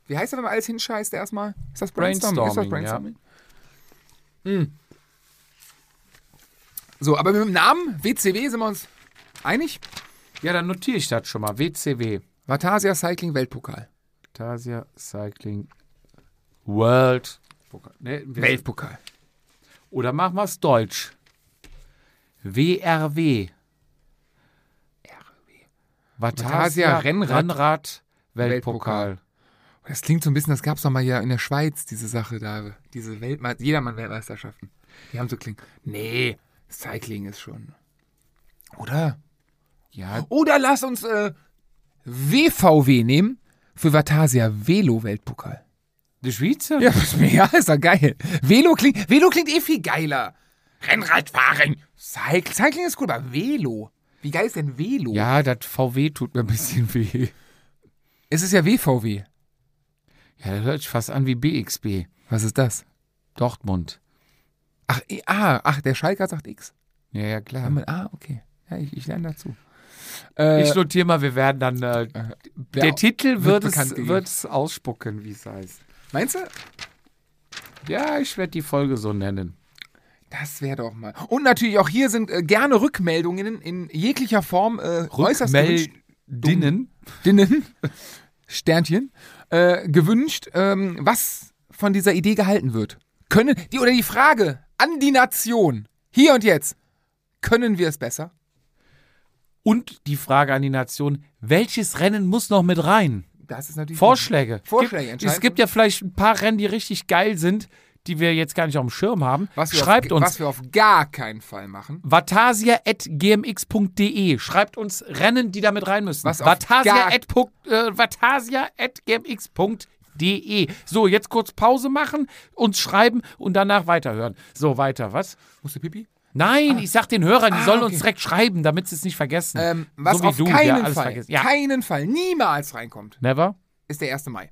wie heißt das, wenn man alles hinscheißt erstmal? Ist das Brainstorming? ist das Brainstorming, ja. Hm. So, aber mit dem Namen WCW sind wir uns einig. ja, dann notiere ich das schon mal. WCW. Vatasia Cycling Weltpokal. Tasia Cycling World. Nee, wir- Weltpokal. Oder machen wir es deutsch. WRW. Vatasia Vatasia Rennrad- Rennrad Weltpokal. Das klingt so ein bisschen, das gab es doch mal hier in der Schweiz, diese Sache da. Diese Weltme Jedermann-Weltmeisterschaften. Die haben so klingen. Nee, Cycling ist schon. Oder? Ja, Oder lass uns äh, WVW nehmen für Vatasia Velo Weltpokal. die Schweizer? Ja, ist mir- ja, ist doch geil. Velo klingt, Velo klingt eh viel geiler. Rennradfahren. Cycling, Cycling ist cool, aber Velo. Wie geil ist denn Velo? Ja, das VW tut mir ein bisschen weh. Es ist ja WVW. Ja, das hört sich fast an wie BXB. Was ist das? Dortmund. Ach, eh, ah, ach, der Schalker sagt X. Ja, ja, klar. Ah, man- Ah, okay. Ja, ich, ich lerne dazu. Äh, Ich notiere mal, wir werden dann. Äh, der der Titel wird, bekannt es, gegeben. wird es ausspucken, wie es heißt. Meinst du? Ja, ich werde die Folge so nennen. Das wäre doch mal. Und natürlich auch hier sind äh, gerne Rückmeldungen in jeglicher Form äh, äußerst gewünscht. Rückmeldinnen. Dinnen, Sternchen, äh, gewünscht, ähm, was von dieser Idee gehalten wird. Können, die, oder die Frage an die Nation, hier und jetzt, können wir es besser? Und die Frage an die Nation: Welches Rennen muss noch mit rein? Das ist natürlich. Vorschläge. Vorschläge, gibt, entscheidend. Es gibt ja vielleicht ein paar Rennen, die richtig geil sind, die wir jetzt gar nicht auf dem Schirm haben. was wir Schreibt auf, uns. Was wir auf gar keinen Fall machen. vatasia.gmx.de. Schreibt uns Rennen, die damit rein müssen. Was auf gar- Vatasia.gmx.de. vatasia@gmx.de. So, jetzt kurz Pause machen, uns schreiben und danach weiterhören. So, weiter, was? Musst du Pipi? Nein, ich sag den Hörern, die Ah, sollen okay. uns direkt schreiben, damit sie es nicht vergessen. Ähm, was so wie auf du, der keinen alles Fall, vergisst. Ja, keinen Fall, niemals reinkommt, never. ist der 1. Mai.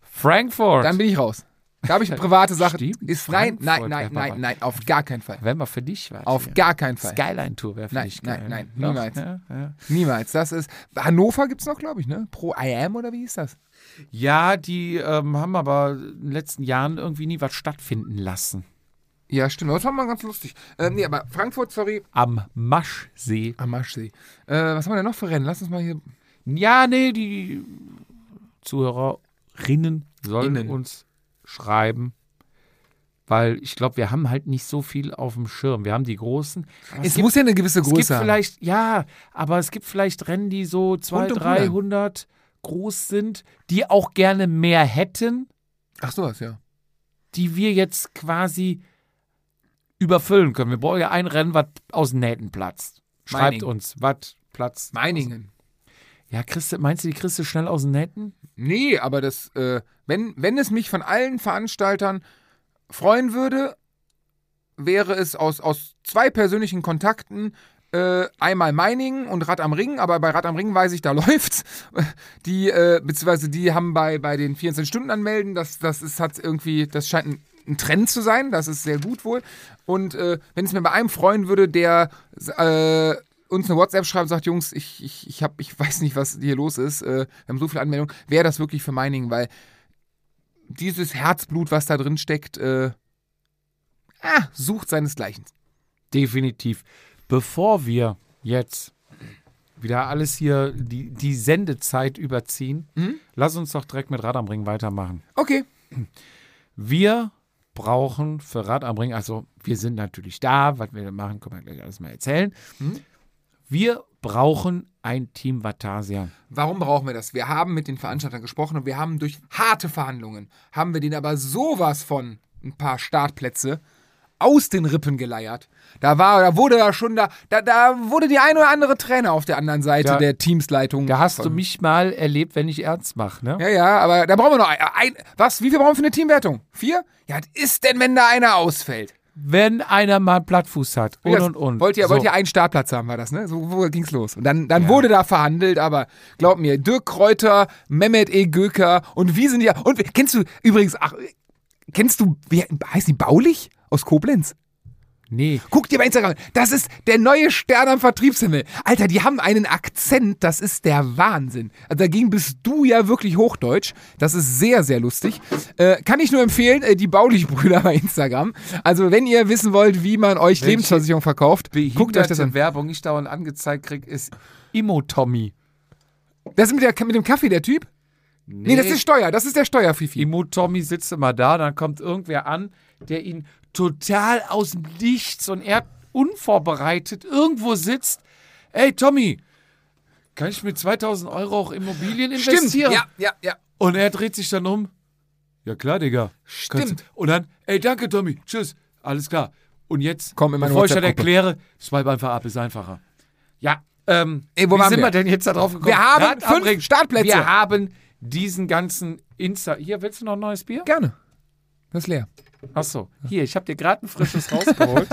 Frankfurt. Dann bin ich raus. Da habe ich eine private Sache. Stimmt, Ist nein, nein, Frankfurt, nein, ja, nein, Papa. nein, auf gar keinen Fall. Wenn wir für dich war. Auf gar keinen Fall. Skyline-Tour wäre für Nein, dich nein, geil. ne? nein, Doch, niemals. Ja, ja. Niemals. Das ist. Hannover gibt es noch, glaube ich, ne? Pro IM oder wie ist das? ja, die ähm, haben aber in den letzten Jahren irgendwie nie was stattfinden lassen. Ja, stimmt. Das war mal ganz lustig. Ähm, nee, aber Frankfurt, sorry. Am Maschsee. Am Maschsee. Äh, was haben wir denn noch für Rennen? Lass uns mal hier. Ja, nee, die Zuhörerinnen sollen Innen. uns schreiben. Weil ich glaube, wir haben halt nicht so viel auf dem Schirm. Wir haben die großen. Aber Es, muss ja eine gewisse Es gibt Größe haben. vielleicht, ja, aber es gibt vielleicht Rennen, die so 200, Rund um 300 groß sind, die auch gerne mehr hätten, Ach sowas, ja. die wir jetzt quasi überfüllen können. Wir brauchen ja ein Rennen, was aus den Nähten platzt. Schreibt Meiningen. uns, was platzt. Meiningen. Aus, ja, Christe, meinst du, die kriegst du schnell aus den Nähten? Nee, aber das, äh, wenn, wenn es mich von allen Veranstaltern freuen würde, wäre es aus, aus zwei persönlichen Kontakten äh, einmal Meiningen und Rad am Ring, aber bei Rad am Ring weiß ich, da läuft's. Die, äh, beziehungsweise die haben bei, bei den 24 Stunden anmelden, das, das ist, hat irgendwie, das scheint ein, ein Trend zu sein, das ist sehr gut wohl. Und äh, wenn es mir bei einem freuen würde, der äh, uns eine WhatsApp schreibt und sagt, Jungs, ich, ich, ich, hab, ich weiß nicht, was hier los ist, äh, wir haben so viele Anmeldungen, wäre das wirklich für Meiningen, weil dieses Herzblut, was da drin steckt, äh, ah, sucht seinesgleichen. Definitiv. Bevor wir jetzt wieder alles hier, die, die Sendezeit überziehen, lass uns doch direkt mit Rad am Ring weitermachen. Okay. Wir brauchen für Rad am Ring, also wir sind natürlich da, was wir da machen, können wir gleich alles mal erzählen. Hm? Wir brauchen ein Team Vatasia. Warum brauchen wir das? Wir haben mit den Veranstaltern gesprochen und wir haben durch harte Verhandlungen, haben wir denen aber sowas von ein paar Startplätze aus den Rippen geleiert. Da war, da wurde ja schon, da, da, da wurde die ein oder andere Träne auf der anderen Seite Da- der Teamsleitung. Da hast du von- mich mal erlebt, wenn ich ernst mache. Ne? Ja, ja, aber da brauchen wir noch ein, ein was, wie viel brauchen wir für eine Teamwertung? Vier? Ja, was ist denn, wenn da einer ausfällt? Wenn einer mal einen Plattfuß hat Wie und das- und und. Wollt ihr, So. wollt ihr einen Startplatz haben, war das, ne? So wo ging's los. Und dann, dann wurde da verhandelt, aber glaub mir, Dirk Kräuter, Mehmet E. Göker und wie sind die. Und wie- kennst du übrigens, ach, kennst du, wie heißt die Baulich? Aus Koblenz? Nee, Guck dir bei Instagram. an. Das ist der neue Stern am Vertriebshimmel. Alter, die haben einen Akzent, das ist der Wahnsinn. Also dagegen bist du ja wirklich Hochdeutsch. Das ist sehr, sehr lustig. Äh, kann ich nur empfehlen, äh, die Baulich-Brüder bei Instagram. Also, wenn ihr wissen wollt, wie man euch Welche Lebensversicherung verkauft, guckt euch das an. Werbung, ich dauernd angezeigt kriege, ist Immo-Tommy. Das ist mit, der, mit dem Kaffee der Typ? Nee, das ist Steuer. Das ist der Steuerfifi. Immo-Tommy sitzt immer da, dann kommt irgendwer an, der ihn total aus dem Nichts und er unvorbereitet irgendwo sitzt. Ey, Tommy, kann ich mit 2000 Euro auch Immobilien investieren? Stimmt. Ja, ja, ja. Und er dreht sich dann um. Ja klar, Digga. Stimmt. Kannst du- Und dann, ey, danke, Tommy. Tschüss. Alles klar. Und jetzt, Komm in meine bevor ich das WhatsApp-Gruppe. erkläre, swipe einfach ab, ist einfacher. Ja, ähm, Ey, wo wie waren sind wir? wir? denn jetzt da drauf gekommen? Wir haben Rad am fünf Ring. Startplätze. Wir haben diesen ganzen Insta. Hier, willst du noch ein neues Bier? Gerne. Das ist leer. Ach so, hier, ich habe dir gerade ein frisches rausgeholt.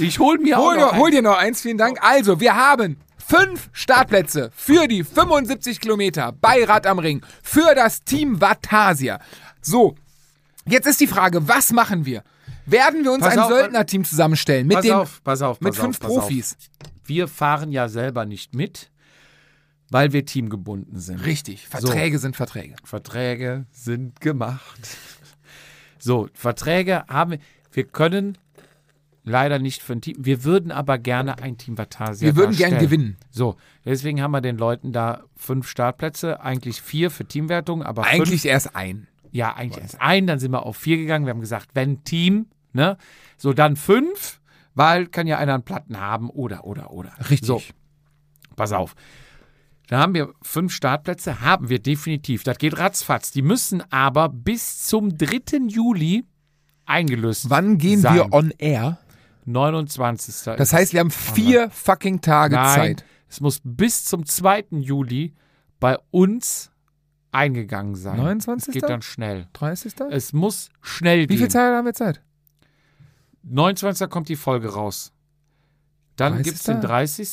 ich hol mir Hol, auch noch dir- hol ein. dir noch eins, vielen Dank. Also, wir haben fünf Startplätze für die 75 Kilometer bei Rad am Ring für das Team Vatasia. So, jetzt ist die Frage, was machen wir? Werden wir uns Pass ein auf, Söldnerteam zusammenstellen mit Pass den auf, pass auf, pass mit auf, fünf pass Profis? Auf. Wir fahren ja selber nicht mit, weil wir teamgebunden sind. Richtig, Verträge sind Verträge. Verträge sind gemacht. So, Verträge haben wir. Wir können leider nicht für ein Team. Wir würden aber gerne ein Team Batasia Wir würden gern darstellen. gewinnen. So, deswegen haben wir den Leuten da fünf Startplätze, eigentlich vier für Teamwertung, aber Eigentlich erst ein. fünf, ja, eigentlich erst ein, dann sind wir auf vier gegangen. Wir haben gesagt, wenn Team, ne? So, dann fünf, weil kann ja einer einen Platten haben oder, oder, oder. Richtig. So, Pass auf. Da haben wir fünf Startplätze, haben wir definitiv. Das geht ratzfatz. Die müssen aber bis zum 3. Juli eingelöst Wann gehen sein. wir on air? 29. Das heißt, wir haben vier fucking Tage Nein, Zeit. es muss bis zum 2. Juli bei uns eingegangen sein. 29.? Es geht dann schnell. 30. Es muss schnell Wie gehen. viel Zeit haben wir Zeit? 29. kommt die Folge raus. Dann 30.? gibt es den 30.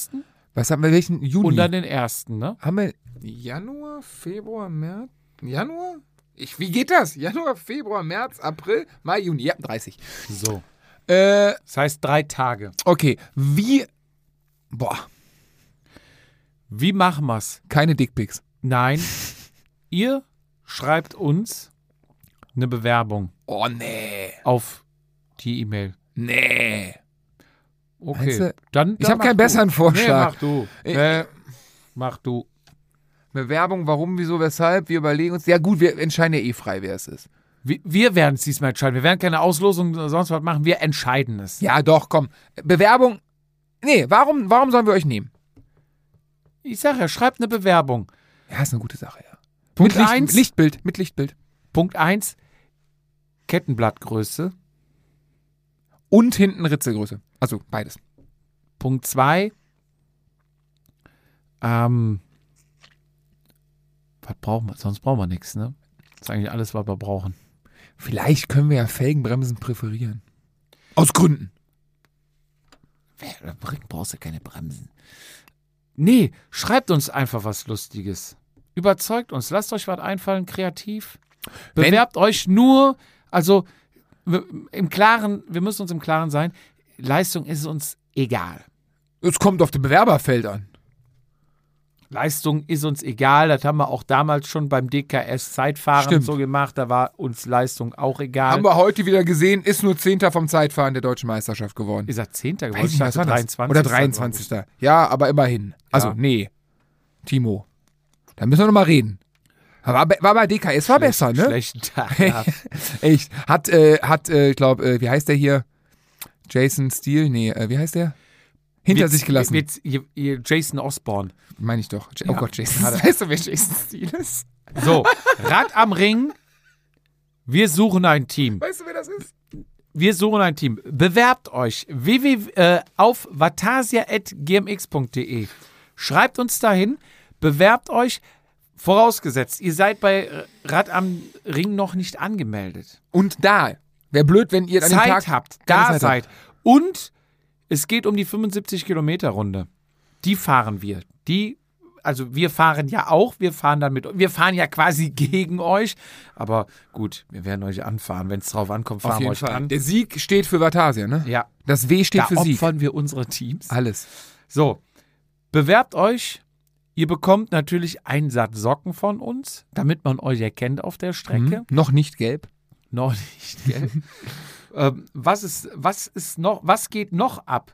Was haben wir welchen Juni? und dann den 1. Ne? Haben wir Januar, Februar, März? Januar? Ich, wie geht das? Januar, Februar, März, April, Mai, Juni. Ja, 30. So. Äh, Das heißt drei Tage. okay. Wie. Boah, Wie machen wir's? keine Dickpics. Nein. Ihr schreibt uns eine Bewerbung Oh, nee. auf die E-Mail. Nee. Okay. Meinst du? dann, dann Ich habe mach keinen du. besseren Nee, Vorschlag. mach du. Ich- Nee, mach du. Äh, Bewerbung, warum, wieso, weshalb? Wir überlegen uns. Ja, gut, wir entscheiden ja eh frei, wer es ist. Wir, wir werden es diesmal entscheiden. Wir werden keine Auslosung oder sonst was machen. Wir entscheiden es. Ja, doch, komm. Bewerbung. Nee, warum, warum sollen wir euch nehmen? Ich sag ja, schreibt eine Bewerbung. Ja, ist eine gute Sache, ja. Punkt mit Licht, eins. Lichtbild, mit Lichtbild. Punkt 1, Kettenblattgröße. Und hinten Ritzelgröße. Also beides. Punkt 2, ähm, was brauchen wir? Sonst brauchen wir nichts, ne? Das ist eigentlich alles, was wir brauchen. Vielleicht können wir ja Felgenbremsen präferieren. Aus Gründen. Da brauchst du keine Bremsen. Nee, schreibt uns einfach was Lustiges. Überzeugt uns, lasst euch was einfallen, kreativ. Wenn- Bewerbt euch nur, also w- im Klaren, wir müssen uns im Klaren sein, Leistung ist uns egal. Es kommt auf den Bewerberfeld an. Leistung ist uns egal. Das haben wir auch damals schon beim DKS Zeitfahren Stimmt. so gemacht. Da war uns Leistung auch egal. Haben wir heute wieder gesehen, ist nur Zehnter vom Zeitfahren der deutschen Meisterschaft geworden. ist er Zehnter geworden? Weiß nicht, was dachte war das? 23. Oder 23. Ja, aber immerhin. Also, Ja. nee. Timo. Da müssen wir nochmal reden. War, be- war bei DKS war besser, ne? Schlechten Tag. Ja. Echt. Hat, äh, hat, äh, ich glaube, äh, wie heißt der hier? Jason Steele? Nee, äh, wie heißt der? Hinter Witz- sich gelassen. Witz- ihr- ihr Jason Osborne. Meine ich doch. Ja. Oh Gott, Jason. Hat er. Weißt du, wer Jason Steele ist? So, Rad am Ring. Wir suchen ein Team. Weißt du, wer das ist? Wir suchen ein Team. Bewerbt euch www, äh, auf vatasia.gmx.de. Schreibt uns dahin, bewerbt euch, vorausgesetzt, ihr seid bei äh, Rad am Ring noch nicht angemeldet. Und da. Wäre blöd, wenn ihr an dem Zeit Tag habt, keine da Zeit seid. Und es geht um die 75-Kilometer-Runde. Die fahren wir. Die, also wir fahren ja auch, wir fahren dann mit, wir fahren ja quasi gegen euch. Aber gut, wir werden euch anfahren. Wenn es drauf ankommt, Auf fahren wir jeden euch Fall. an. Der Sieg steht für Vatasia, ne? Ja, Das W steht da für Sieg. opfern wir unsere Teams. Alles. So, bewerbt euch. Ihr bekommt natürlich einen Satz Socken von uns, damit man euch erkennt auf der Strecke. Hm? Noch nicht gelb. Noch nicht, gell? ähm, was ist, was ist noch, was geht noch ab?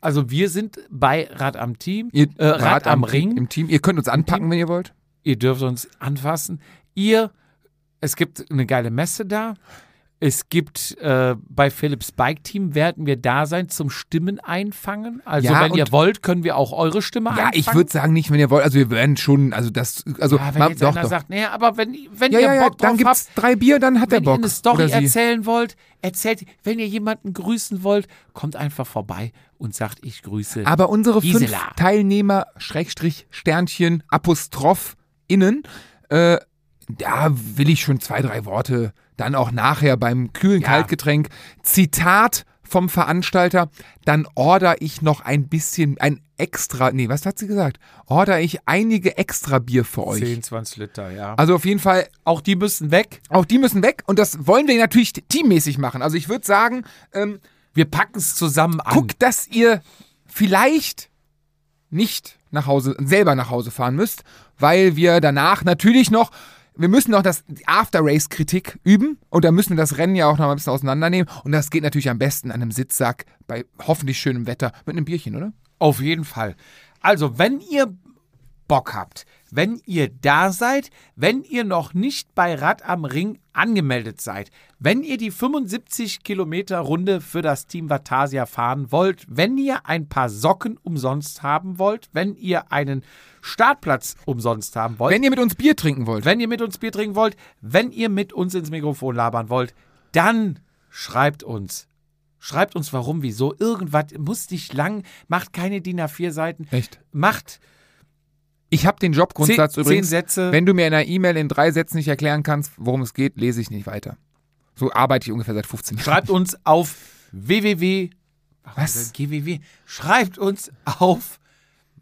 Also wir sind bei Rad am Team, Ihr, äh, Rad, am Team- Ring. Im Team. Ihr könnt uns anpacken, wenn ihr wollt. Ihr dürft uns anfassen. Ihr, es gibt eine geile Messe da. Es gibt äh, bei Philips Bike Team werden wir da sein zum Stimmen einfangen. Also Ja, wenn ihr und- wollt, können wir auch eure Stimme Ja, einfangen. ich würde sagen, nicht, wenn ihr wollt. Also, wir werden schon. Also, das. Also, Ja, Ah, wenn man- jetzt doch, einer doch. sagt, naja, aber wenn, wenn ja, ihr ja, ja. Bock drauf Dann habt, gibt's drei Bier, dann hat wenn der Bock. ihr eine Story Oder sie. erzählen wollt, erzählt, wenn ihr jemanden grüßen wollt, kommt einfach vorbei und sagt, ich grüße. Aber unsere Gisela. fünf Teilnehmer, Schrägstrich, Sternchen, Apostroph, innen, äh, da will ich schon zwei, drei Worte dann auch nachher beim kühlen Ja. Kaltgetränk. Zitat vom Veranstalter, dann order ich noch ein bisschen, ein extra, nee, was hat sie gesagt? Order ich einige extra Bier für euch. 10, 20 Liter, ja. Also auf jeden Fall, Auch die müssen weg. auch die müssen weg und das wollen wir natürlich teammäßig machen. Also ich würde sagen, ähm, Wir packen es zusammen an. guckt, dass ihr vielleicht nicht nach Hause, selber nach Hause fahren müsst, weil wir danach natürlich noch, wir müssen noch das die After-Race-Kritik üben und dann müssen wir das Rennen ja auch noch mal ein bisschen auseinandernehmen und das geht natürlich am besten an einem Sitzsack bei hoffentlich schönem Wetter mit einem Bierchen, oder? Auf jeden Fall. Also, wenn ihr Bock habt, wenn ihr da seid, wenn ihr noch nicht bei Rad am Ring angemeldet seid, wenn ihr die 75 Kilometer Runde für das Team Vatasia fahren wollt, wenn ihr ein paar Socken umsonst haben wollt, wenn ihr einen Startplatz umsonst haben wollt, Wenn ihr mit uns Bier trinken wollt, wenn ihr mit uns Bier trinken wollt, wenn ihr mit uns ins Mikrofon labern wollt, dann schreibt uns. Schreibt uns warum, wieso, irgendwas, muss nicht lang, macht keine DIN A4 Seiten, echt. macht Ich habe den Jobgrundsatz zehn, zehn übrigens, Sätze. wenn du mir in einer E-Mail in drei Sätzen nicht erklären kannst, worum es geht, lese ich nicht weiter. So arbeite ich ungefähr seit 15 Jahren. schreibt uns auf www. Was? GWW. Schreibt uns auf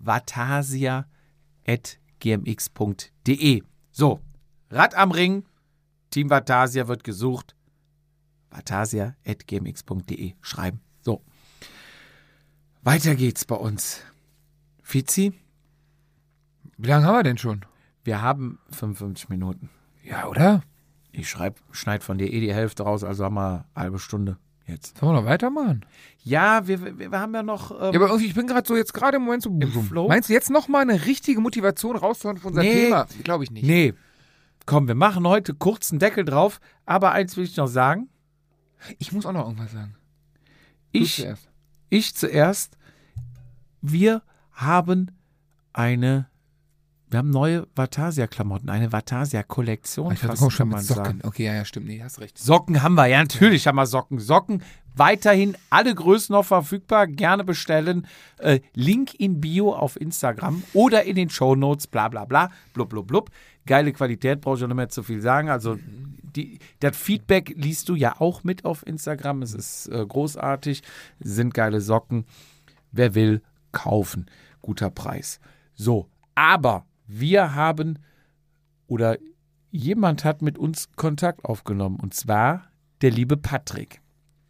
vatasia.gmx.de. So, Rad am Ring, Team Vatasia wird gesucht. vatasia.gmx.de schreiben. So. Weiter geht's bei uns. Fizi, Wie lange haben wir denn schon? wir haben 55 Minuten. Ja, oder? Ich schreib, schneid von dir eh die Hälfte raus, also haben wir eine halbe Stunde jetzt. Sollen wir noch weitermachen? Ja, wir, wir, wir haben ja noch. ähm, Ja, aber irgendwie, ich bin gerade so jetzt gerade im Moment so im Flow? Meinst du jetzt nochmal eine richtige Motivation rauszuhören von unserem Nee. Thema? Glaube ich nicht. nee. Komm, wir machen heute kurzen Deckel drauf, aber eins will ich noch sagen. Ich muss auch noch irgendwas sagen. Du Ich zuerst. ich zuerst. Wir haben eine, wir haben neue Vatasia-Klamotten, eine Vatasia-Kollektion. Ah, Ich hatte fast auch schon kann mit man Socken. sagen. Okay, ja, ja, stimmt. Nee, hast recht. Socken haben wir, ja, natürlich haben wir Socken. Socken weiterhin alle Größen noch verfügbar, gerne bestellen. Äh, Link in Bio auf Instagram oder in den Shownotes, bla bla bla, blub blub blub. Geile Qualität, brauche ich auch nicht mehr zu viel sagen. Also die, das Feedback liest du ja auch mit auf Instagram. Es ist äh, großartig, sind geile Socken. Wer will, kaufen. Guter Preis. So, aber wir haben oder jemand hat mit uns Kontakt aufgenommen und zwar der liebe Patrick.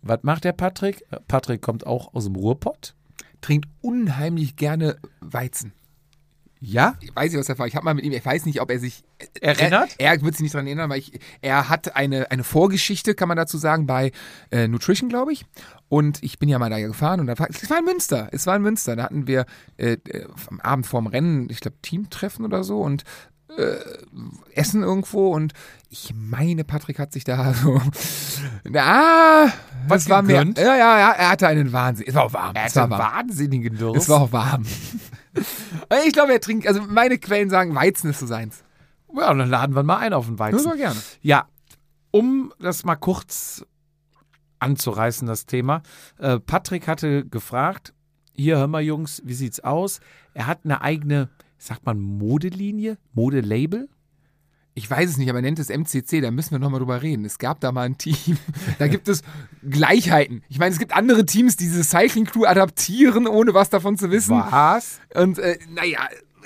Was macht der Patrick? Äh, Patrick kommt auch aus dem Ruhrpott. Trinkt unheimlich gerne Weizen. Ja? Ich weiß nicht, was er war. Ich habe mal mit ihm, ich weiß nicht, ob er sich äh, Erinnert? Er, er wird sich nicht daran erinnern, weil ich, er hat eine, eine Vorgeschichte, kann man dazu sagen, bei äh, Nutrition, glaube ich. Und ich bin ja mal da gefahren und da war, es war in Münster. Es war in Münster. Da hatten wir äh, äh, am Abend vorm Rennen, ich glaube, Teamtreffen oder so und äh, Essen irgendwo. Und ich meine, Patrick hat sich da so. Na, Was das war mehr. gegönnt? Ja, ja, ja, er hatte einen Wahnsinn. Es war auch warm. es war warm. wahnsinnigen Durst. Es war auch warm. ich glaube, er trinkt, also meine Quellen sagen, Weizen ist so seins. ja, dann laden wir mal ein auf den Das Weizen. war gerne. Ja, um das mal kurz anzureißen, das Thema. Äh, Patrick hatte gefragt, hier, hör mal Jungs, wie sieht's aus? Er hat eine eigene, sagt man Modelinie, Modelabel? Ich weiß es nicht, aber er nennt es MCC, da müssen wir nochmal drüber reden. Es gab da mal ein Team, da gibt es Gleichheiten. Ich meine, es gibt andere Teams, die diese Cycling Crew adaptieren, ohne was davon zu wissen. Was? Und äh, naja,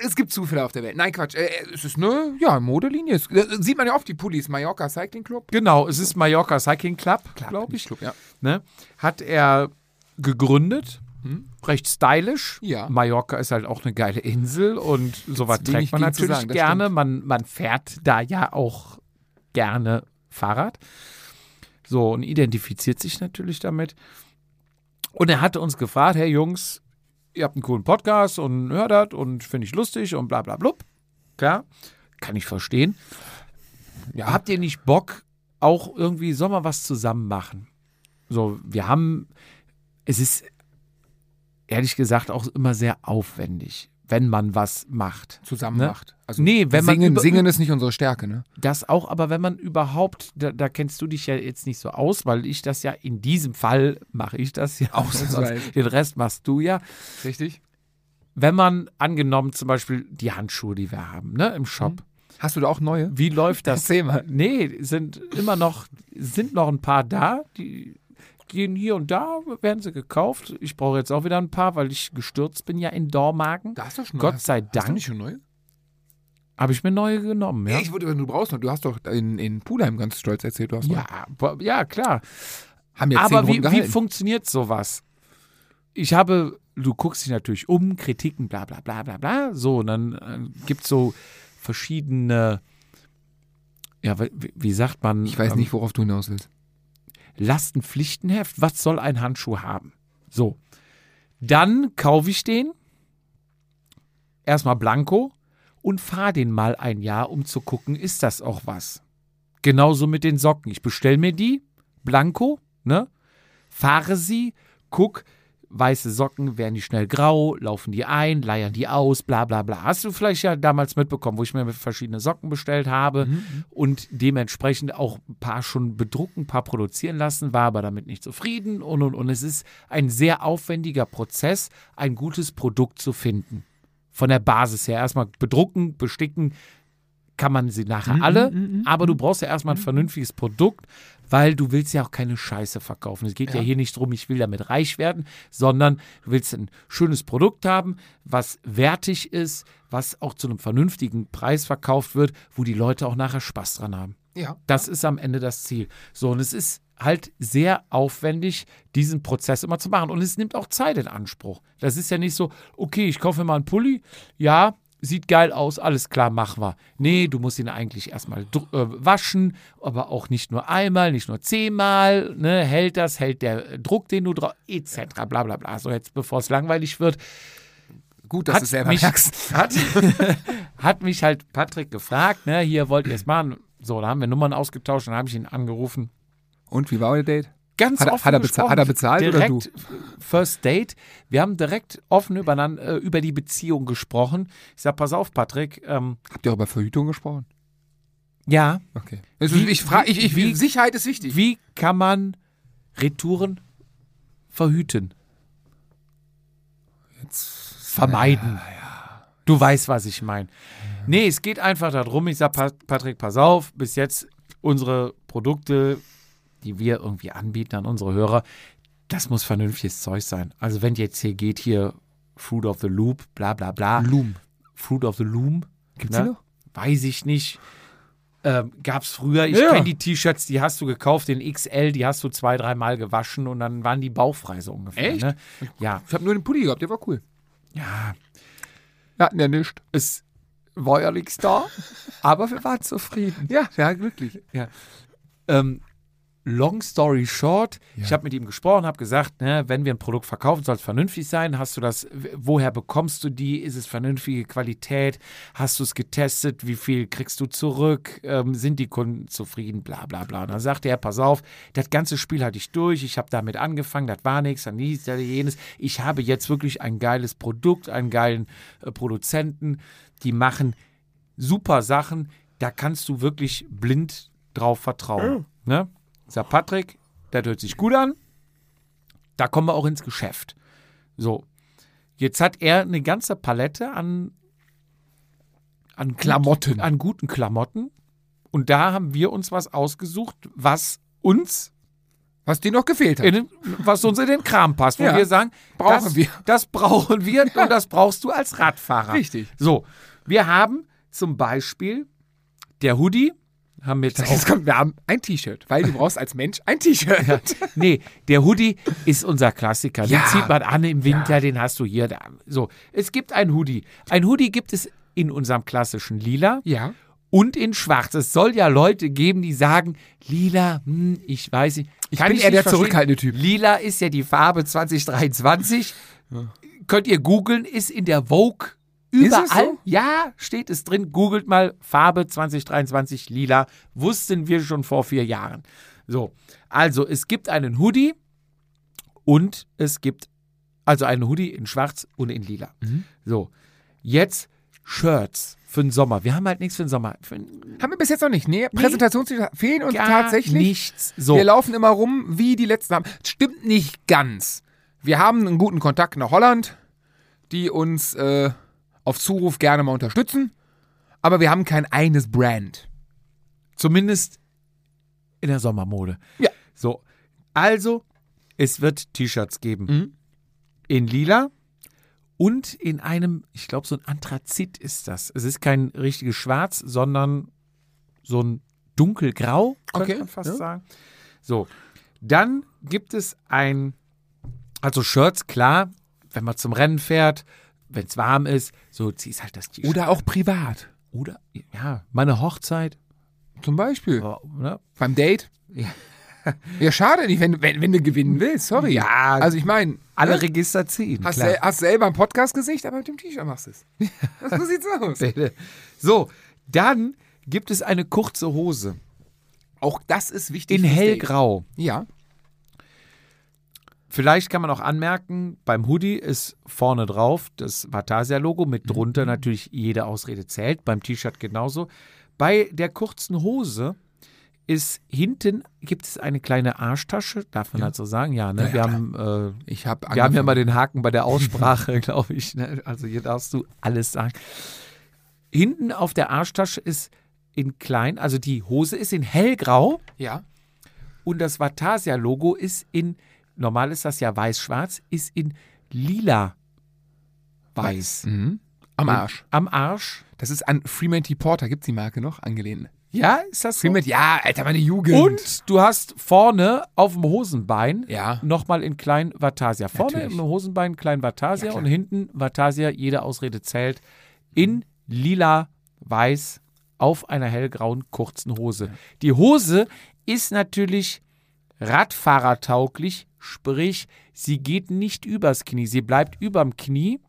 es gibt Zufälle auf der Welt. Nein, Quatsch, äh, es ist eine ja, Modelinie. Es, das sieht man ja oft die Pullis, Mallorca Cycling Club. Genau, es ist Mallorca Cycling Club, glaube ich. Club, ja. ne, hat er gegründet. Recht stylisch. Ja. Mallorca ist halt auch eine geile Insel und sowas Wenig trägt man gegen zu natürlich sagen, das gerne. stimmt. Man, man fährt da ja auch gerne Fahrrad. So, und identifiziert sich natürlich damit. Und er hatte uns gefragt, hey Jungs, ihr habt einen coolen Podcast und hört das und finde ich lustig und bla bla blub. Klar, kann ich verstehen. Ja. Habt ihr nicht Bock, auch irgendwie, sollen wir was zusammen machen? So, wir haben, es ist ehrlich gesagt auch immer sehr aufwendig, wenn man was macht. Zusammen Ne? macht. Also Nee, wenn man singen, über- singen ist nicht unsere Stärke, ne? Das auch, aber wenn man überhaupt, da, da kennst du dich ja jetzt nicht so aus, weil ich das ja in diesem Fall mache ich das ja auch. Ausnahmsweise. Den Rest machst du ja. Richtig. Wenn man angenommen zum Beispiel die Handschuhe, die wir haben, ne, im Shop, Hast du da auch neue? wie läuft das? Mhm. Erzähl mal. Nee, sind immer noch, sind noch ein paar da, die gehen hier und da, werden sie gekauft. Ich brauche jetzt auch wieder ein paar, weil ich gestürzt bin ja in Dormagen. Da hast du schon Gott hast- sei hast du Dank. nicht schon neue? Habe ich mir neue genommen, ja. Ich würde, du brauchst noch. Du hast doch in, in Pulheim ganz stolz erzählt, du hast Ja, aber- ja, klar. Haben jetzt Aber zehn Runden wie, wie gehalten. funktioniert sowas? Ich habe, du guckst dich natürlich um, Kritiken, bla bla bla bla bla. So, und dann äh, gibt es so verschiedene, ja, wie, wie sagt man? Ich weiß ähm, nicht, worauf du hinaus willst. Lastenpflichtenheft, was soll ein Handschuh haben? So. Dann kaufe ich den, erstmal blanko und fahre den mal ein Jahr, um zu gucken, ist das auch was? Genauso mit den Socken. Ich bestelle mir die, blanko, ne? Fahre sie, guck, weiße Socken werden die schnell grau, laufen die ein, leiern die aus, bla bla bla. Hast du vielleicht ja damals mitbekommen, wo ich mir verschiedene Socken bestellt habe und dementsprechend auch ein paar schon bedrucken, ein paar produzieren lassen, war aber damit nicht zufrieden und und und. Es ist ein sehr aufwendiger Prozess, ein gutes Produkt zu finden. Von der Basis her. Erstmal bedrucken, besticken, kann man sie nachher alle, aber du brauchst ja erstmal ein vernünftiges Produkt, weil du willst ja auch keine Scheiße verkaufen. Es geht ja, hier nicht drum, ich will damit reich werden, sondern du willst ein schönes Produkt haben, was wertig ist, was auch zu einem vernünftigen Preis verkauft wird, wo die Leute auch nachher Spaß dran haben. Ja. Das ist am Ende das Ziel. So, und es ist halt sehr aufwendig, diesen Prozess immer zu machen. Und es nimmt auch Zeit in Anspruch. Das ist ja nicht so, okay, ich kaufe mir mal einen Pulli, ja, sieht geil aus, alles klar, machen wir. Nee, du musst ihn eigentlich erstmal dr- äh, waschen, aber auch nicht nur einmal, nicht nur zehnmal, ne, hält das, hält der äh, Druck, den du drauf, etc., bla bla bla. So, jetzt, bevor es langweilig wird, Gut, dass du es selber mich, merkst. hat, hat mich halt Patrick gefragt, ne, hier wollt ihr es machen. So, da haben wir Nummern ausgetauscht, dann habe ich ihn angerufen. Und wie war euer Date? Ganz Hat er- offen hat er beza- gesprochen. hat er bezahlt oder direkt du? First Date. Wir haben direkt offen übereinander, äh, über die Beziehung gesprochen. Ich sag, pass auf, Patrick. Ähm, Habt ihr auch über Verhütung gesprochen? ja, Okay. Also Wie- ich frage, ich, ich, wie- Sicherheit ist wichtig. wie kann man Retouren verhüten? Vermeiden. Du weißt, was ich meine. Nee, es geht einfach darum, ich sag, Pat- Patrick, pass auf, bis jetzt unsere Produkte, die wir irgendwie anbieten an unsere Hörer, das muss vernünftiges Zeug sein. Also wenn jetzt hier geht, hier Fruit of the Loop, bla bla bla. Loom. Fruit of the Loom. ne? Gibt's die noch? Weiß ich nicht. Ähm, gab's früher, ich Ja. kenne die T-Shirts, die hast du gekauft, den XL, die hast du zwei, dreimal gewaschen und dann waren die bauchfrei so ungefähr. Echt? Ne? Ja. Ich habe nur den Pulli gehabt, der war cool. Ja. Wir hatten ja nichts. Es war ja nichts da, aber wir waren zufrieden. Ja, ja, glücklich. Ähm, long story short, Ja. ich habe mit ihm gesprochen, habe gesagt, ne, wenn wir ein Produkt verkaufen, soll es vernünftig sein. Hast du das, w- woher bekommst du die? Ist es vernünftige Qualität? Hast du es getestet? Wie viel kriegst du zurück? Ähm, sind die Kunden zufrieden? Bla bla bla. Und dann sagte er, pass auf, das ganze Spiel hatte ich durch, ich habe damit angefangen, das war nichts, dann dies, dann jenes. Ich habe jetzt wirklich ein geiles Produkt, einen geilen äh, Produzenten, die machen super Sachen, da kannst du wirklich blind drauf vertrauen. Ne? Sag Patrick, das hört sich gut an. Da kommen wir auch ins Geschäft. So. Jetzt hat er eine ganze Palette an, an Klamotten. Gut, an guten Klamotten. Und da haben wir uns was ausgesucht, was uns Was dir noch gefehlt hat. in den, Äh, was uns in den Kram passt, wo Ja. wir sagen, Brauchen das, wir. das brauchen wir und das brauchst du als Radfahrer. Richtig. So, wir haben zum Beispiel der Hoodie, haben wir jetzt auch Jetzt kommt, wir haben ein T-Shirt, weil du brauchst als Mensch ein T-Shirt. Nee, der Hoodie ist unser Klassiker. Den Ja. zieht man an im Winter, den hast du hier. Da. So, es gibt ein Hoodie. Ein Hoodie gibt es in unserem klassischen Lila Ja. und in Schwarz. Es soll ja Leute geben, die sagen, Lila, hm, ich weiß nicht. Ich Kann bin eher nicht der verstehen. zurückhaltende Typ. Lila ist ja die Farbe 2023. Könnt ihr googeln, ist in der Vogue Ist überall. es so? Ja, steht es drin. Googelt mal Farbe 2023 Lila. Wussten wir schon vor vier Jahren. So, also es gibt einen Hoodie und es gibt also einen Hoodie in Schwarz und in Lila. Mhm. So, jetzt Shirts für den Sommer. Wir haben halt nichts für den Sommer. Für den- Haben wir bis jetzt noch nicht. Nee, Präsentationstitel fehlen uns tatsächlich. nichts. So, Wir laufen immer rum wie die letzten haben. Stimmt nicht ganz. Wir haben einen guten Kontakt nach Holland, die uns äh, auf Zuruf gerne mal unterstützen. Aber wir haben kein eines Brand. zumindest in der Sommermode. Ja. So, also es wird T-Shirts geben. Mhm. In lila und in einem, ich glaube, so ein Anthrazit ist das. Es ist kein richtiges Schwarz, sondern so ein dunkelgrau, könnte Okay, man fast ja. sagen. So, dann gibt es ein, also Shirts, klar, wenn man zum Rennen fährt, wenn es warm ist, so ziehst halt das T-Shirt. Oder auch privat. Oder, ja, meine Hochzeit. Zum Beispiel. aber, Ne? Beim Date. Ja. Ja, schade nicht, wenn, wenn, wenn du gewinnen willst. Sorry. Ja. Also ich meine, Alle ne? Register ziehen. hast, klar. sel hast selber ein Podcast-Gesicht, aber mit dem T-Shirt machst du es. So sieht's aus. So, dann gibt es eine kurze Hose Auch das ist wichtig. in fürs Date. hellgrau. Ja. Vielleicht kann man auch anmerken, beim Hoodie ist vorne drauf das Vatasia-Logo, mit drunter natürlich jede Ausrede zählt, beim T-Shirt genauso. Bei der kurzen Hose ist hinten, gibt es eine kleine Arschtasche, darf man dazu sagen? Ja, ne? wir, haben, äh, Ich habe wir haben ja mal den Haken bei der Aussprache, glaube ich. Ne? Also hier darfst du alles sagen. Hinten auf der Arschtasche ist in klein, also die Hose ist in hellgrau. Ja. Und das Vatasia-Logo ist in, normal ist das ja weiß-schwarz, ist in lila-weiß. Mhm. Am Arsch. Am Arsch. Das ist an Fremantle Porter, gibt's die Marke noch? Angelehnt. Ja, ist das so? Fremantle, ja, Alter, meine Jugend. Oh. Und du hast vorne auf dem Hosenbein Ja. nochmal in klein Vatasia. Vorne Natürlich. im Hosenbein klein Vatasia Ja, klar. und hinten Vatasia, jede Ausrede zählt, in lila, weiß, auf einer hellgrauen, kurzen Hose. Die Hose ist natürlich radfahrertauglich, sprich, sie geht nicht übers Knie, sie bleibt überm Knie.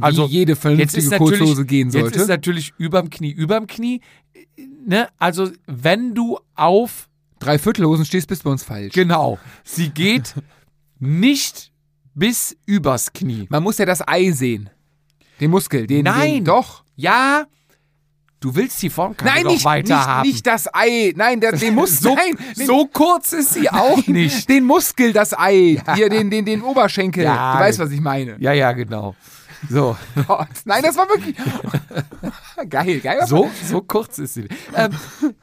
Also Jetzt jede ist vernünftige natürlich, Kurzhose gehen Jetzt ist sollte. natürlich überm Knie, überm Knie. Ne? Also wenn du auf, Drei Viertelhosen stehst, bist du bei uns falsch. genau, sie geht nicht bis übers Knie. Man muss ja das Ei sehen. Den Muskel, den. Nein. Den, doch. Ja, du willst die Formkarte Nein, doch nicht, weiter nicht, haben. nicht das Ei. Nein, der, den Muskel. so, nein, den, so kurz ist sie auch nicht. Den Muskel, das Ei. Hier, den, den, den Oberschenkel. Ja. Du weißt, was ich meine. Ja, ja, genau. So, Gott. Nein, das war wirklich. geil, geil. so, so kurz ist sie. Ähm,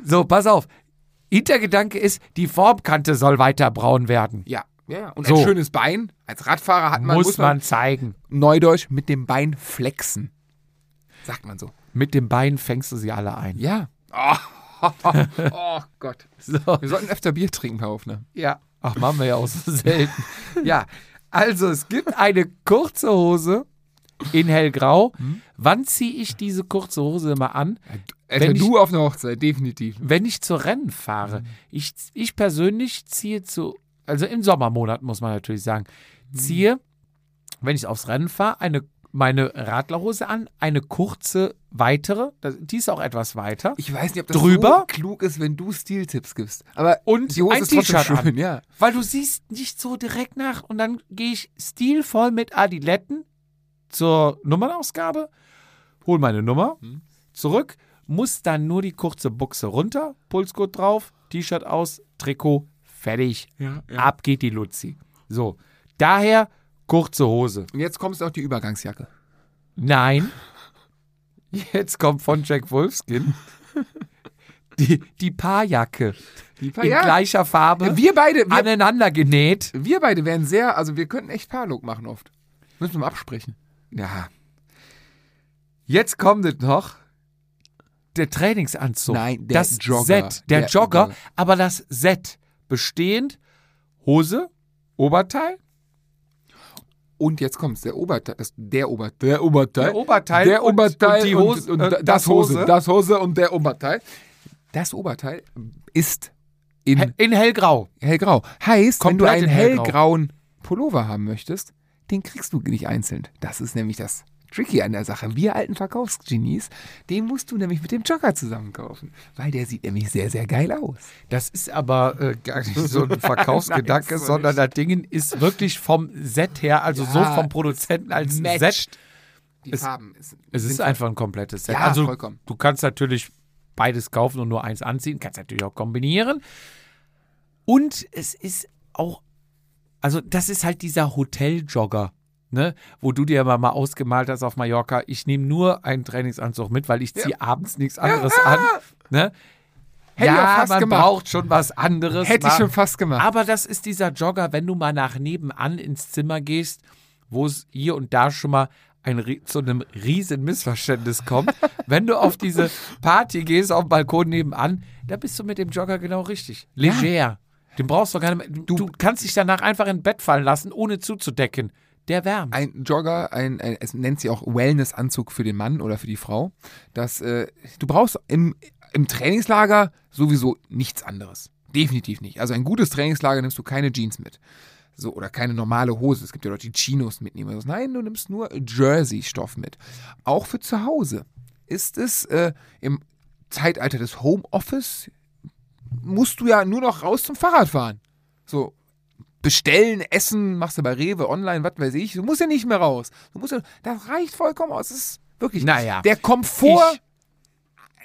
so, pass auf. Hintergedanke ist, die Formkante soll weiter braun werden. Ja. Ja, ja. und So. ein schönes Bein. Als Radfahrer hat man, muss, man zeigen. Neudeutsch mit dem Bein flexen. Sagt man so. Mit dem Bein fängst du sie alle ein. Ja. Oh, oh Gott. So. Wir sollten öfter Bier trinken, Herr Hofner. Ja. Ach, machen wir ja auch so selten. ja. Also, es gibt eine kurze Hose in hellgrau. Hm? Wann ziehe ich diese kurze Hose immer an? Alter, Wenn ich- Äh, du auf einer Hochzeit, definitiv. Wenn ich zu Rennen fahre. Hm. Ich, ich persönlich ziehe zu, also im Sommermonat muss man natürlich sagen, Hm. ziehe, wenn ich aufs Rennen fahre, eine, meine Radlerhose an, eine kurze weitere, das- die ist auch etwas weiter. Ich weiß nicht, ob das Drüber? so klug ist, wenn du Stiltipps gibst. Aber Und die Hose ein ist trotzdem T-Shirt schön, an. ja. Weil du siehst nicht so direkt nach und dann gehe ich stilvoll mit Adiletten zur Nummernausgabe, hol meine Nummer, Hm. zurück, muss dann nur die kurze Buchse runter, Pulsgurt drauf, T-Shirt aus, Trikot, fertig. Ja, ja. Ab geht die Luzi. So, daher kurze Hose. Und jetzt kommst du auf die Übergangsjacke. Nein. Jetzt kommt von Jack Wolfskin die, die Paarjacke. Die In gleicher Farbe. Wir beide, wir, aneinander genäht. wir beide wären sehr, also wir könnten echt Paarlook machen oft. Müssen wir mal absprechen. Ja. Jetzt kommt es noch. Der Trainingsanzug. Nein, der das Jogger. Set, der, Der Jogger, Jogger. aber das Set bestehend Hose, Oberteil, Und jetzt kommt's, der Oberteil, das, der Oberteil, der Oberteil, Der Oberteil der und- Oberteil und die Hose- und, äh, das, das Hose, Hose. das Hose und der Oberteil. Das Oberteil ist in he- in hellgrau. hellgrau. Heißt, Komplett wenn du einen in hellgrau. hellgrauen Pullover haben möchtest, den kriegst du nicht einzeln. Das ist nämlich das Tricky an der Sache. Wir alten Verkaufsgenies, den musst du nämlich mit dem Jogger zusammen kaufen, weil der sieht nämlich sehr, sehr geil aus. Das ist aber äh, gar nicht so ein Verkaufsgedanke, Nein, so sondern das Ding ist wirklich vom Set her, also so Ja, vom Produzenten als Set. Die Es- Farben sind Es ist einfach ein komplettes Set. Ja, also vollkommen. du kannst natürlich beides kaufen und nur eins anziehen, kannst natürlich auch kombinieren. Und es ist auch, also das ist halt dieser Hoteljogger, ne, wo du dir mal, mal ausgemalt hast auf Mallorca, ich nehme nur einen Trainingsanzug mit, weil ich ziehe abends nichts anderes an. Ne? Hätte ich auch ja, fast man gemacht. braucht schon was anderes. Hätte ich mal. schon fast gemacht. Aber das ist dieser Jogger, wenn du mal nach nebenan ins Zimmer gehst, wo es hier und da schon mal ein, ri- zu einem riesen Missverständnis kommt. wenn du auf diese Party gehst, auf den Balkon nebenan, da bist du mit dem Jogger genau richtig. Leger. Den brauchst du gar nicht mehr. Du, kannst dich danach einfach in Bett fallen lassen, ohne zuzudecken. Der wärmt. ein Jogger, ein, ein, es nennt sich auch Wellness-Anzug für den Mann oder für die Frau. Das, äh, du brauchst im, im Trainingslager sowieso nichts anderes. Definitiv nicht. Also ein gutes Trainingslager nimmst du keine Jeans mit. So, oder keine normale Hose. Es gibt ja Leute, die Chinos mitnehmen. oder so. Nein, du nimmst nur Jersey-Stoff mit. Auch für zu Hause ist es äh, im Zeitalter des Homeoffice musst du ja nur noch raus zum Fahrradfahren. So, bestellen, essen, machst du bei Rewe, online, was weiß ich. Du musst ja nicht mehr raus. Du musst ja, das reicht vollkommen aus. Das ist wirklich. Naja. Der Komfort Ich-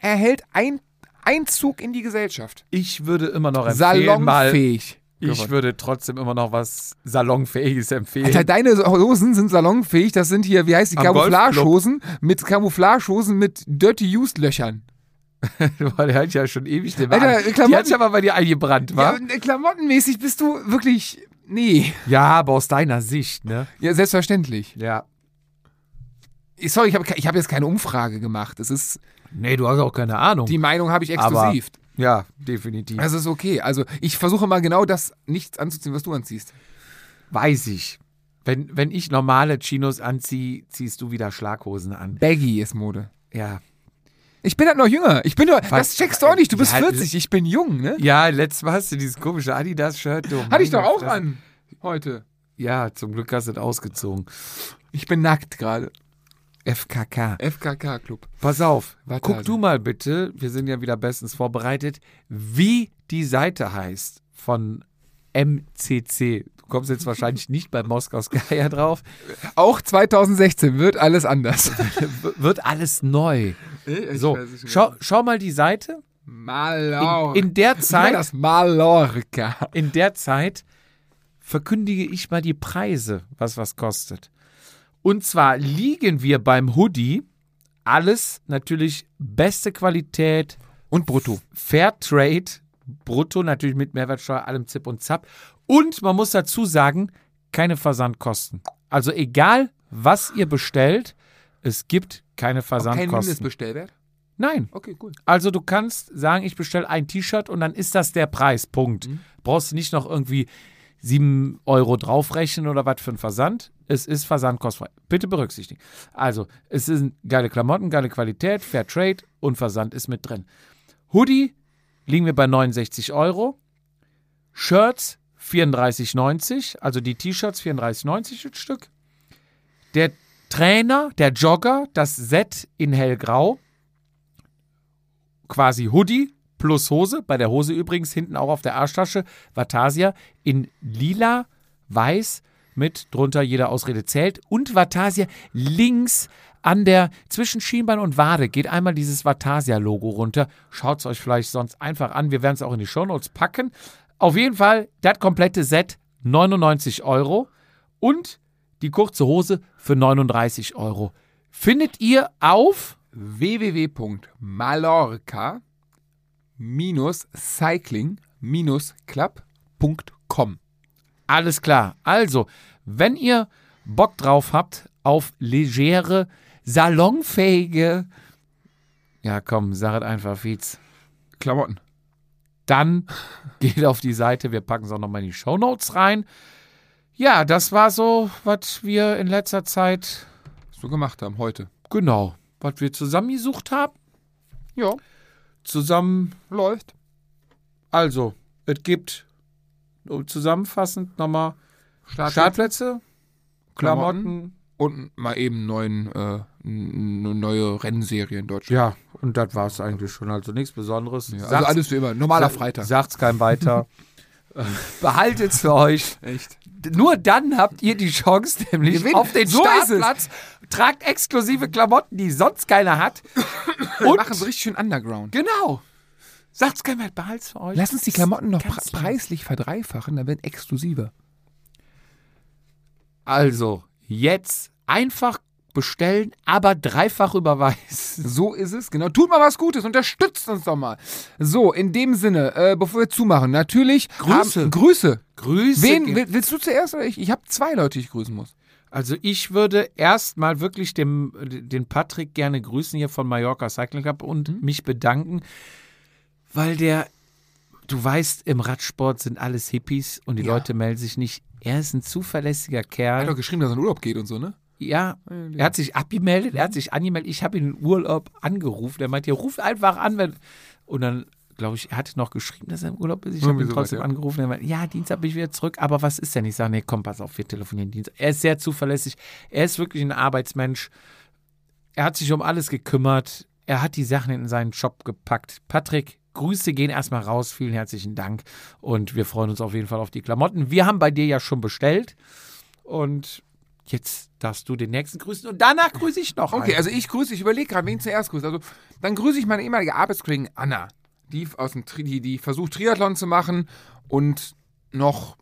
erhält ein, Einzug in die Gesellschaft. Ich würde immer noch Salonfähig. Ich würde trotzdem immer noch was Salonfähiges empfehlen. Alter, deine Hosen sind salonfähig. Das sind hier, wie heißt die, Am Golfclub. Camouflagehosen mit Camouflagehosen mit Dirty Used Löchern. Boah, der hat ja schon ewig den Alter, Wagen. Die Klamotten- hat ja mal bei dir eingebrannt, wa? Ja, äh, klamottenmäßig bist du wirklich. Nee. Ja, aber aus deiner Sicht, ne? Ja, selbstverständlich. Ja. Ich- Sorry, ich habe ich hab jetzt keine Umfrage gemacht. Es ist, Nee, du hast auch keine Ahnung. die Meinung habe ich Aber- exklusiv. ja, definitiv. das ist okay. Also ich versuche mal genau das nichts anzuziehen, was du anziehst. Weiß ich. Wenn, wenn ich normale Chinos anziehe, ziehst du wieder Schlaghosen an. Baggy ist Mode. Ja. Ich bin halt noch jünger. Ich bin doch, das checkst du auch nicht. Du bist äh, Ja, halt, 40, ich bin jung, ne? Ja, letztes Mal hast du dieses komische Adidas-Shirt. du Hatte ich doch meine auch Fresse. an heute. Ja, zum Glück hast du es ausgezogen. Ich bin nackt gerade. FKK. FKK Club. Pass auf, Warte guck also. du mal bitte, wir sind ja wieder bestens vorbereitet, wie die Seite heißt von MCC. Du kommst jetzt wahrscheinlich nicht bei Moskau Skya drauf. Auch 2016 wird alles anders. W wird alles neu. So, schau, schau mal die Seite. In, Mallorca. in der Nein, Zeit, das Mallorca. in der Zeit verkündige ich mal die Preise, was was kostet. Und zwar liegen wir beim Hoodie alles natürlich beste Qualität, Und brutto. Fairtrade, brutto natürlich mit Mehrwertsteuer, allem Zip und Zap. Und man muss dazu sagen, keine Versandkosten. Also egal, was ihr bestellt, es gibt keine Kein Versandkosten. Mindestbestellwert? Nein, Okay, cool. also du kannst sagen, ich bestelle ein T-Shirt und dann ist das der Preis, Punkt. Brauchst du nicht noch irgendwie 7 Euro draufrechnen oder was für einen Versand. Es ist versandkostfrei. Bitte berücksichtigen. Also, es sind geile Klamotten, geile Qualität, Fair Trade und Versand ist mit drin. Hoodie liegen wir bei 69 Euro. Shirts 34,90, also die T-Shirts 34,90 ein Stück. Der Trainer, der Jogger, das Set in hellgrau, quasi Hoodie plus Hose, bei der Hose übrigens hinten auch auf der Arschtasche, Vatasia in lila, weiß mit drunter jede Ausrede zählt und Vatasia links an der zwischen Schienbein und Wade geht einmal dieses Vatasia Logo runter. Schaut's euch vielleicht sonst einfach an, wir werden es auch in die Shownotes packen. Auf jeden Fall das komplette Set 99 Euro und die kurze Hose für 39 Euro. Findet ihr auf www.mallorca-cycling-club.com. Alles klar. Also, wenn ihr Bock drauf habt auf legere, salonfähige, ja komm, sag es einfach, Fietz, Klamotten. dann geht auf die Seite. Wir packen es auch nochmal in die Shownotes rein. Ja, das war so, was wir in letzter Zeit, So gemacht haben heute. genau, was wir zusammengesucht haben. Ja, Zusammen, läuft. also, es gibt um zusammenfassend nochmal Start, Startplätze, Klamotten. Klamotten Und mal eben neuen, äh, n- n- neue Rennserie in Deutschland. Ja, und das war es eigentlich schon. Also nichts Besonderes. Ja, Sagt's- also alles wie immer. Normaler Freitag. Sagt's keinem weiter. Behaltet's für euch. Echt. Nur dann habt ihr die Chance, nämlich Gewinn. auf den So ist es. Startplatz. Tragt exklusive Klamotten, die sonst keiner hat. Wir Und machen so richtig schön Underground. genau. Sagt's keinem, halt, behalt's für euch. Lass uns die Klamotten noch pre Ganz genau. klar. preislich verdreifachen, dann werden exklusiver. Also, jetzt einfach bestellen, aber dreifach überweisen. So ist es, genau. Tut mal was Gutes, unterstützt uns doch mal. So, in dem Sinne, äh, bevor wir zumachen, natürlich. Grüße. Haben, Grüße. Grüße. Wen gehen- will- willst du zuerst oder ich? Ich habe zwei Leute, die ich grüßen muss. Also ich würde erstmal wirklich dem, den Patrick gerne grüßen hier von Mallorca Cycling Club und mich bedanken, weil der, du weißt, im Radsport sind alles Hippies und die Ja. Leute melden sich nicht. Er ist ein zuverlässiger Er hat Kerl. doch geschrieben, dass er in Urlaub geht und so, ne? Ja, er hat sich abgemeldet, er hat sich angemeldet. Ich habe ihn im Urlaub angerufen. Er meinte, ja, ruf einfach an, wenn. Und dann, glaube ich, er hatte noch geschrieben, dass er im Urlaub ist. Ich habe Irgendwie ihn so trotzdem weit, ja. angerufen. Er meinte, ja, Dienstag bin ich wieder zurück. Aber was ist denn? Ich sage, nee, komm, pass auf, wir telefonieren Dienstag. Er ist sehr zuverlässig. Er ist wirklich ein Arbeitsmensch. Er hat sich um alles gekümmert. Er hat die Sachen in seinen Shop gepackt. Patrick, Grüße gehen erstmal raus. Vielen herzlichen Dank. Und wir freuen uns auf jeden Fall auf die Klamotten. Wir haben bei dir ja schon bestellt. Und jetzt darfst du den nächsten grüßen. Und danach grüße ich noch. Okay, einen. also ich grüße, ich überlege gerade, wen ich zuerst grüße. Also, dann grüße ich meine ehemalige Arbeitskollegin Anna, die, aus dem Tri die, die versucht, Triathlon zu machen und noch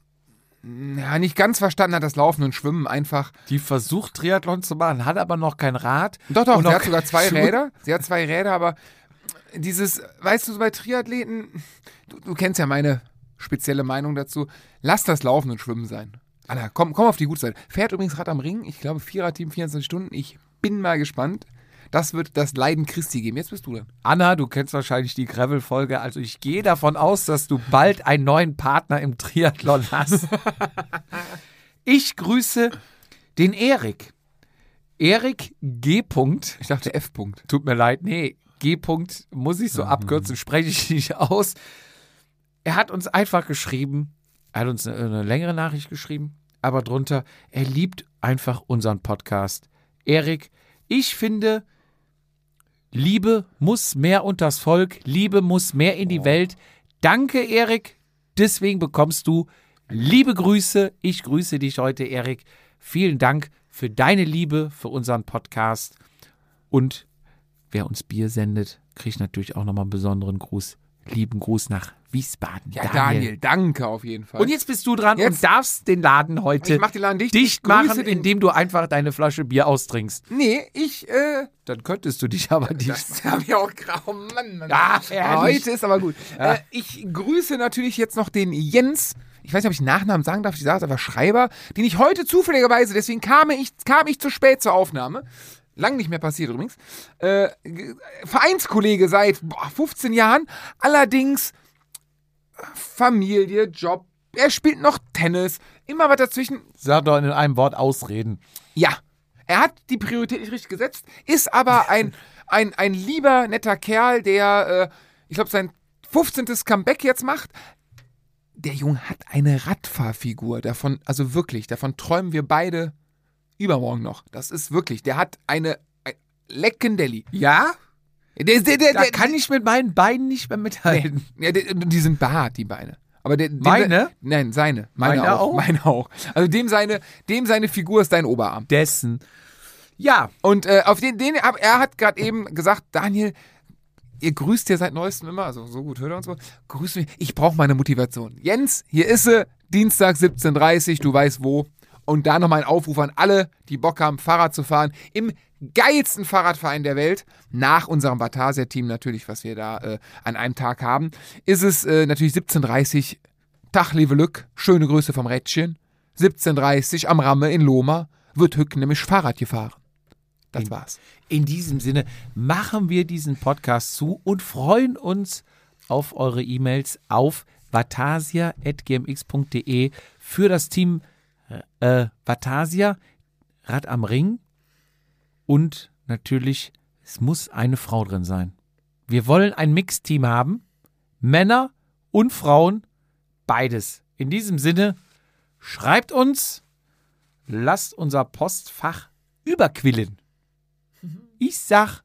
ja, nicht ganz verstanden hat, das Laufen und Schwimmen einfach. also Die versucht, Triathlon zu machen, hat aber noch kein Rad. Doch, doch, und sie noch hat sogar zwei Schuhe. Räder. Sie hat zwei Räder, aber dieses, weißt du, so bei Triathleten, du, du kennst ja meine spezielle Meinung dazu, lass das Laufen und Schwimmen sein. Anna, komm, komm auf die gute Seite. Fährt übrigens Rad am Ring. Ich glaube, Vierer-Team 24 Stunden. Ich bin mal gespannt. Das wird das Leiden Christi geben. Jetzt bist du dran. Anna, du kennst wahrscheinlich die Gravel-Folge. Also ich gehe davon aus, dass du bald einen neuen Partner im Triathlon hast. Ich grüße den Erik. Erik G. -Punkt. Ich dachte F-Punkt. Tut mir leid, nee, G. -Punkt muss ich so abkürzen, spreche ich nicht aus. Er hat uns einfach geschrieben, er hat uns eine, eine längere Nachricht geschrieben, aber drunter, er liebt einfach unseren Podcast. Erik, ich finde, Liebe muss mehr unters Volk, Liebe muss mehr Oh. in die Welt. Danke, Erik. Deswegen bekommst du liebe Grüße. Ich grüße dich heute, Erik. Vielen Dank für deine Liebe, für unseren Podcast. Und wer uns Bier sendet, kriegt natürlich auch nochmal einen besonderen Gruß. Lieben Gruß nach Wiesbaden. Ja, Daniel, danke auf jeden Fall. Und jetzt bist du dran Jetzt- und darfst den Laden heute Ich mach den Laden dicht. Ich dicht grüße machen, den- indem du einfach deine Flasche Bier austrinkst. Nee, ich, äh, Dann könntest du dich aber dicht. das habe ich auch grau. Oh Mann, Mann. Ah, Mann. herrlich. Heute ist aber gut. Äh, ich grüße natürlich jetzt noch den Jens. Ich weiß nicht, ob ich Nachnamen sagen darf, ich sage es aber Schreiber, den ich heute zufälligerweise, deswegen kam ich, kam ich zu spät zur Aufnahme. Lang nicht mehr passiert übrigens. Äh, G- Vereinskollege seit boah, 15 Jahren. Allerdings äh, Familie, Job. Er spielt noch Tennis. Immer was dazwischen. Sag doch in einem Wort ausreden. Ja, er hat die Priorität nicht richtig gesetzt, ist aber ein, ein, ein lieber, netter Kerl, der, äh, ich glaube, sein 15. Comeback jetzt macht. Der Junge hat eine Radfahrfigur, davon, also wirklich, davon träumen wir beide übermorgen noch. Das ist wirklich, der hat eine, ein Leckendelli. Ja? Der, der, der, Da der, kann ich mit meinen Beinen nicht mehr Nee. mithalten. Ja, die, die sind behaart, die Beine. Aber der, dem, Meine? Nein, seine. Meine, Meine auch. auch? Meine auch. Also dem seine, dem seine Figur ist dein Oberarm. Dessen. Ja, Und äh, auf den, den ab- er hat gerade eben gesagt, Daniel, ihr grüßt ja seit neuestem immer, also so gut hört er uns wohl. Grüßt mich, ich brauche meine Motivation. Jens, hier ist sie, Dienstag 17.30 du weißt wo. Und da nochmal ein Aufruf an alle, die Bock haben, Fahrrad zu fahren, im geilsten Fahrradverein der Welt, nach unserem Batasia-Team natürlich, was wir da äh, an einem Tag haben, ist es äh, natürlich 17.30 Tag, liebe Lück, schöne Grüße vom Rädchen. 17.30 am Ramme in Loma wird Hück nämlich Fahrrad gefahren. Das war's. in diesem Sinne machen wir diesen Podcast zu und freuen uns auf eure E-Mails auf vatasia.gmx.de für das Team äh, Vatasia, Rad am Ring und natürlich, es muss eine Frau drin sein. Wir wollen ein Mixteam haben, Männer und Frauen, beides. In diesem Sinne, schreibt uns, lasst unser Postfach überquillen. Ich sag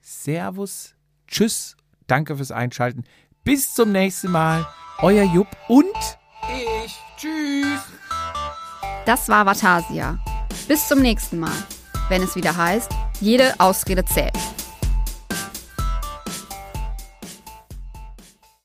Servus, Tschüss, danke fürs Einschalten. Bis zum nächsten Mal. Euer Jupp und Ich. Tschüss. Das war Vatasia. Bis zum nächsten Mal, wenn es wieder heißt, jede Ausrede zählt.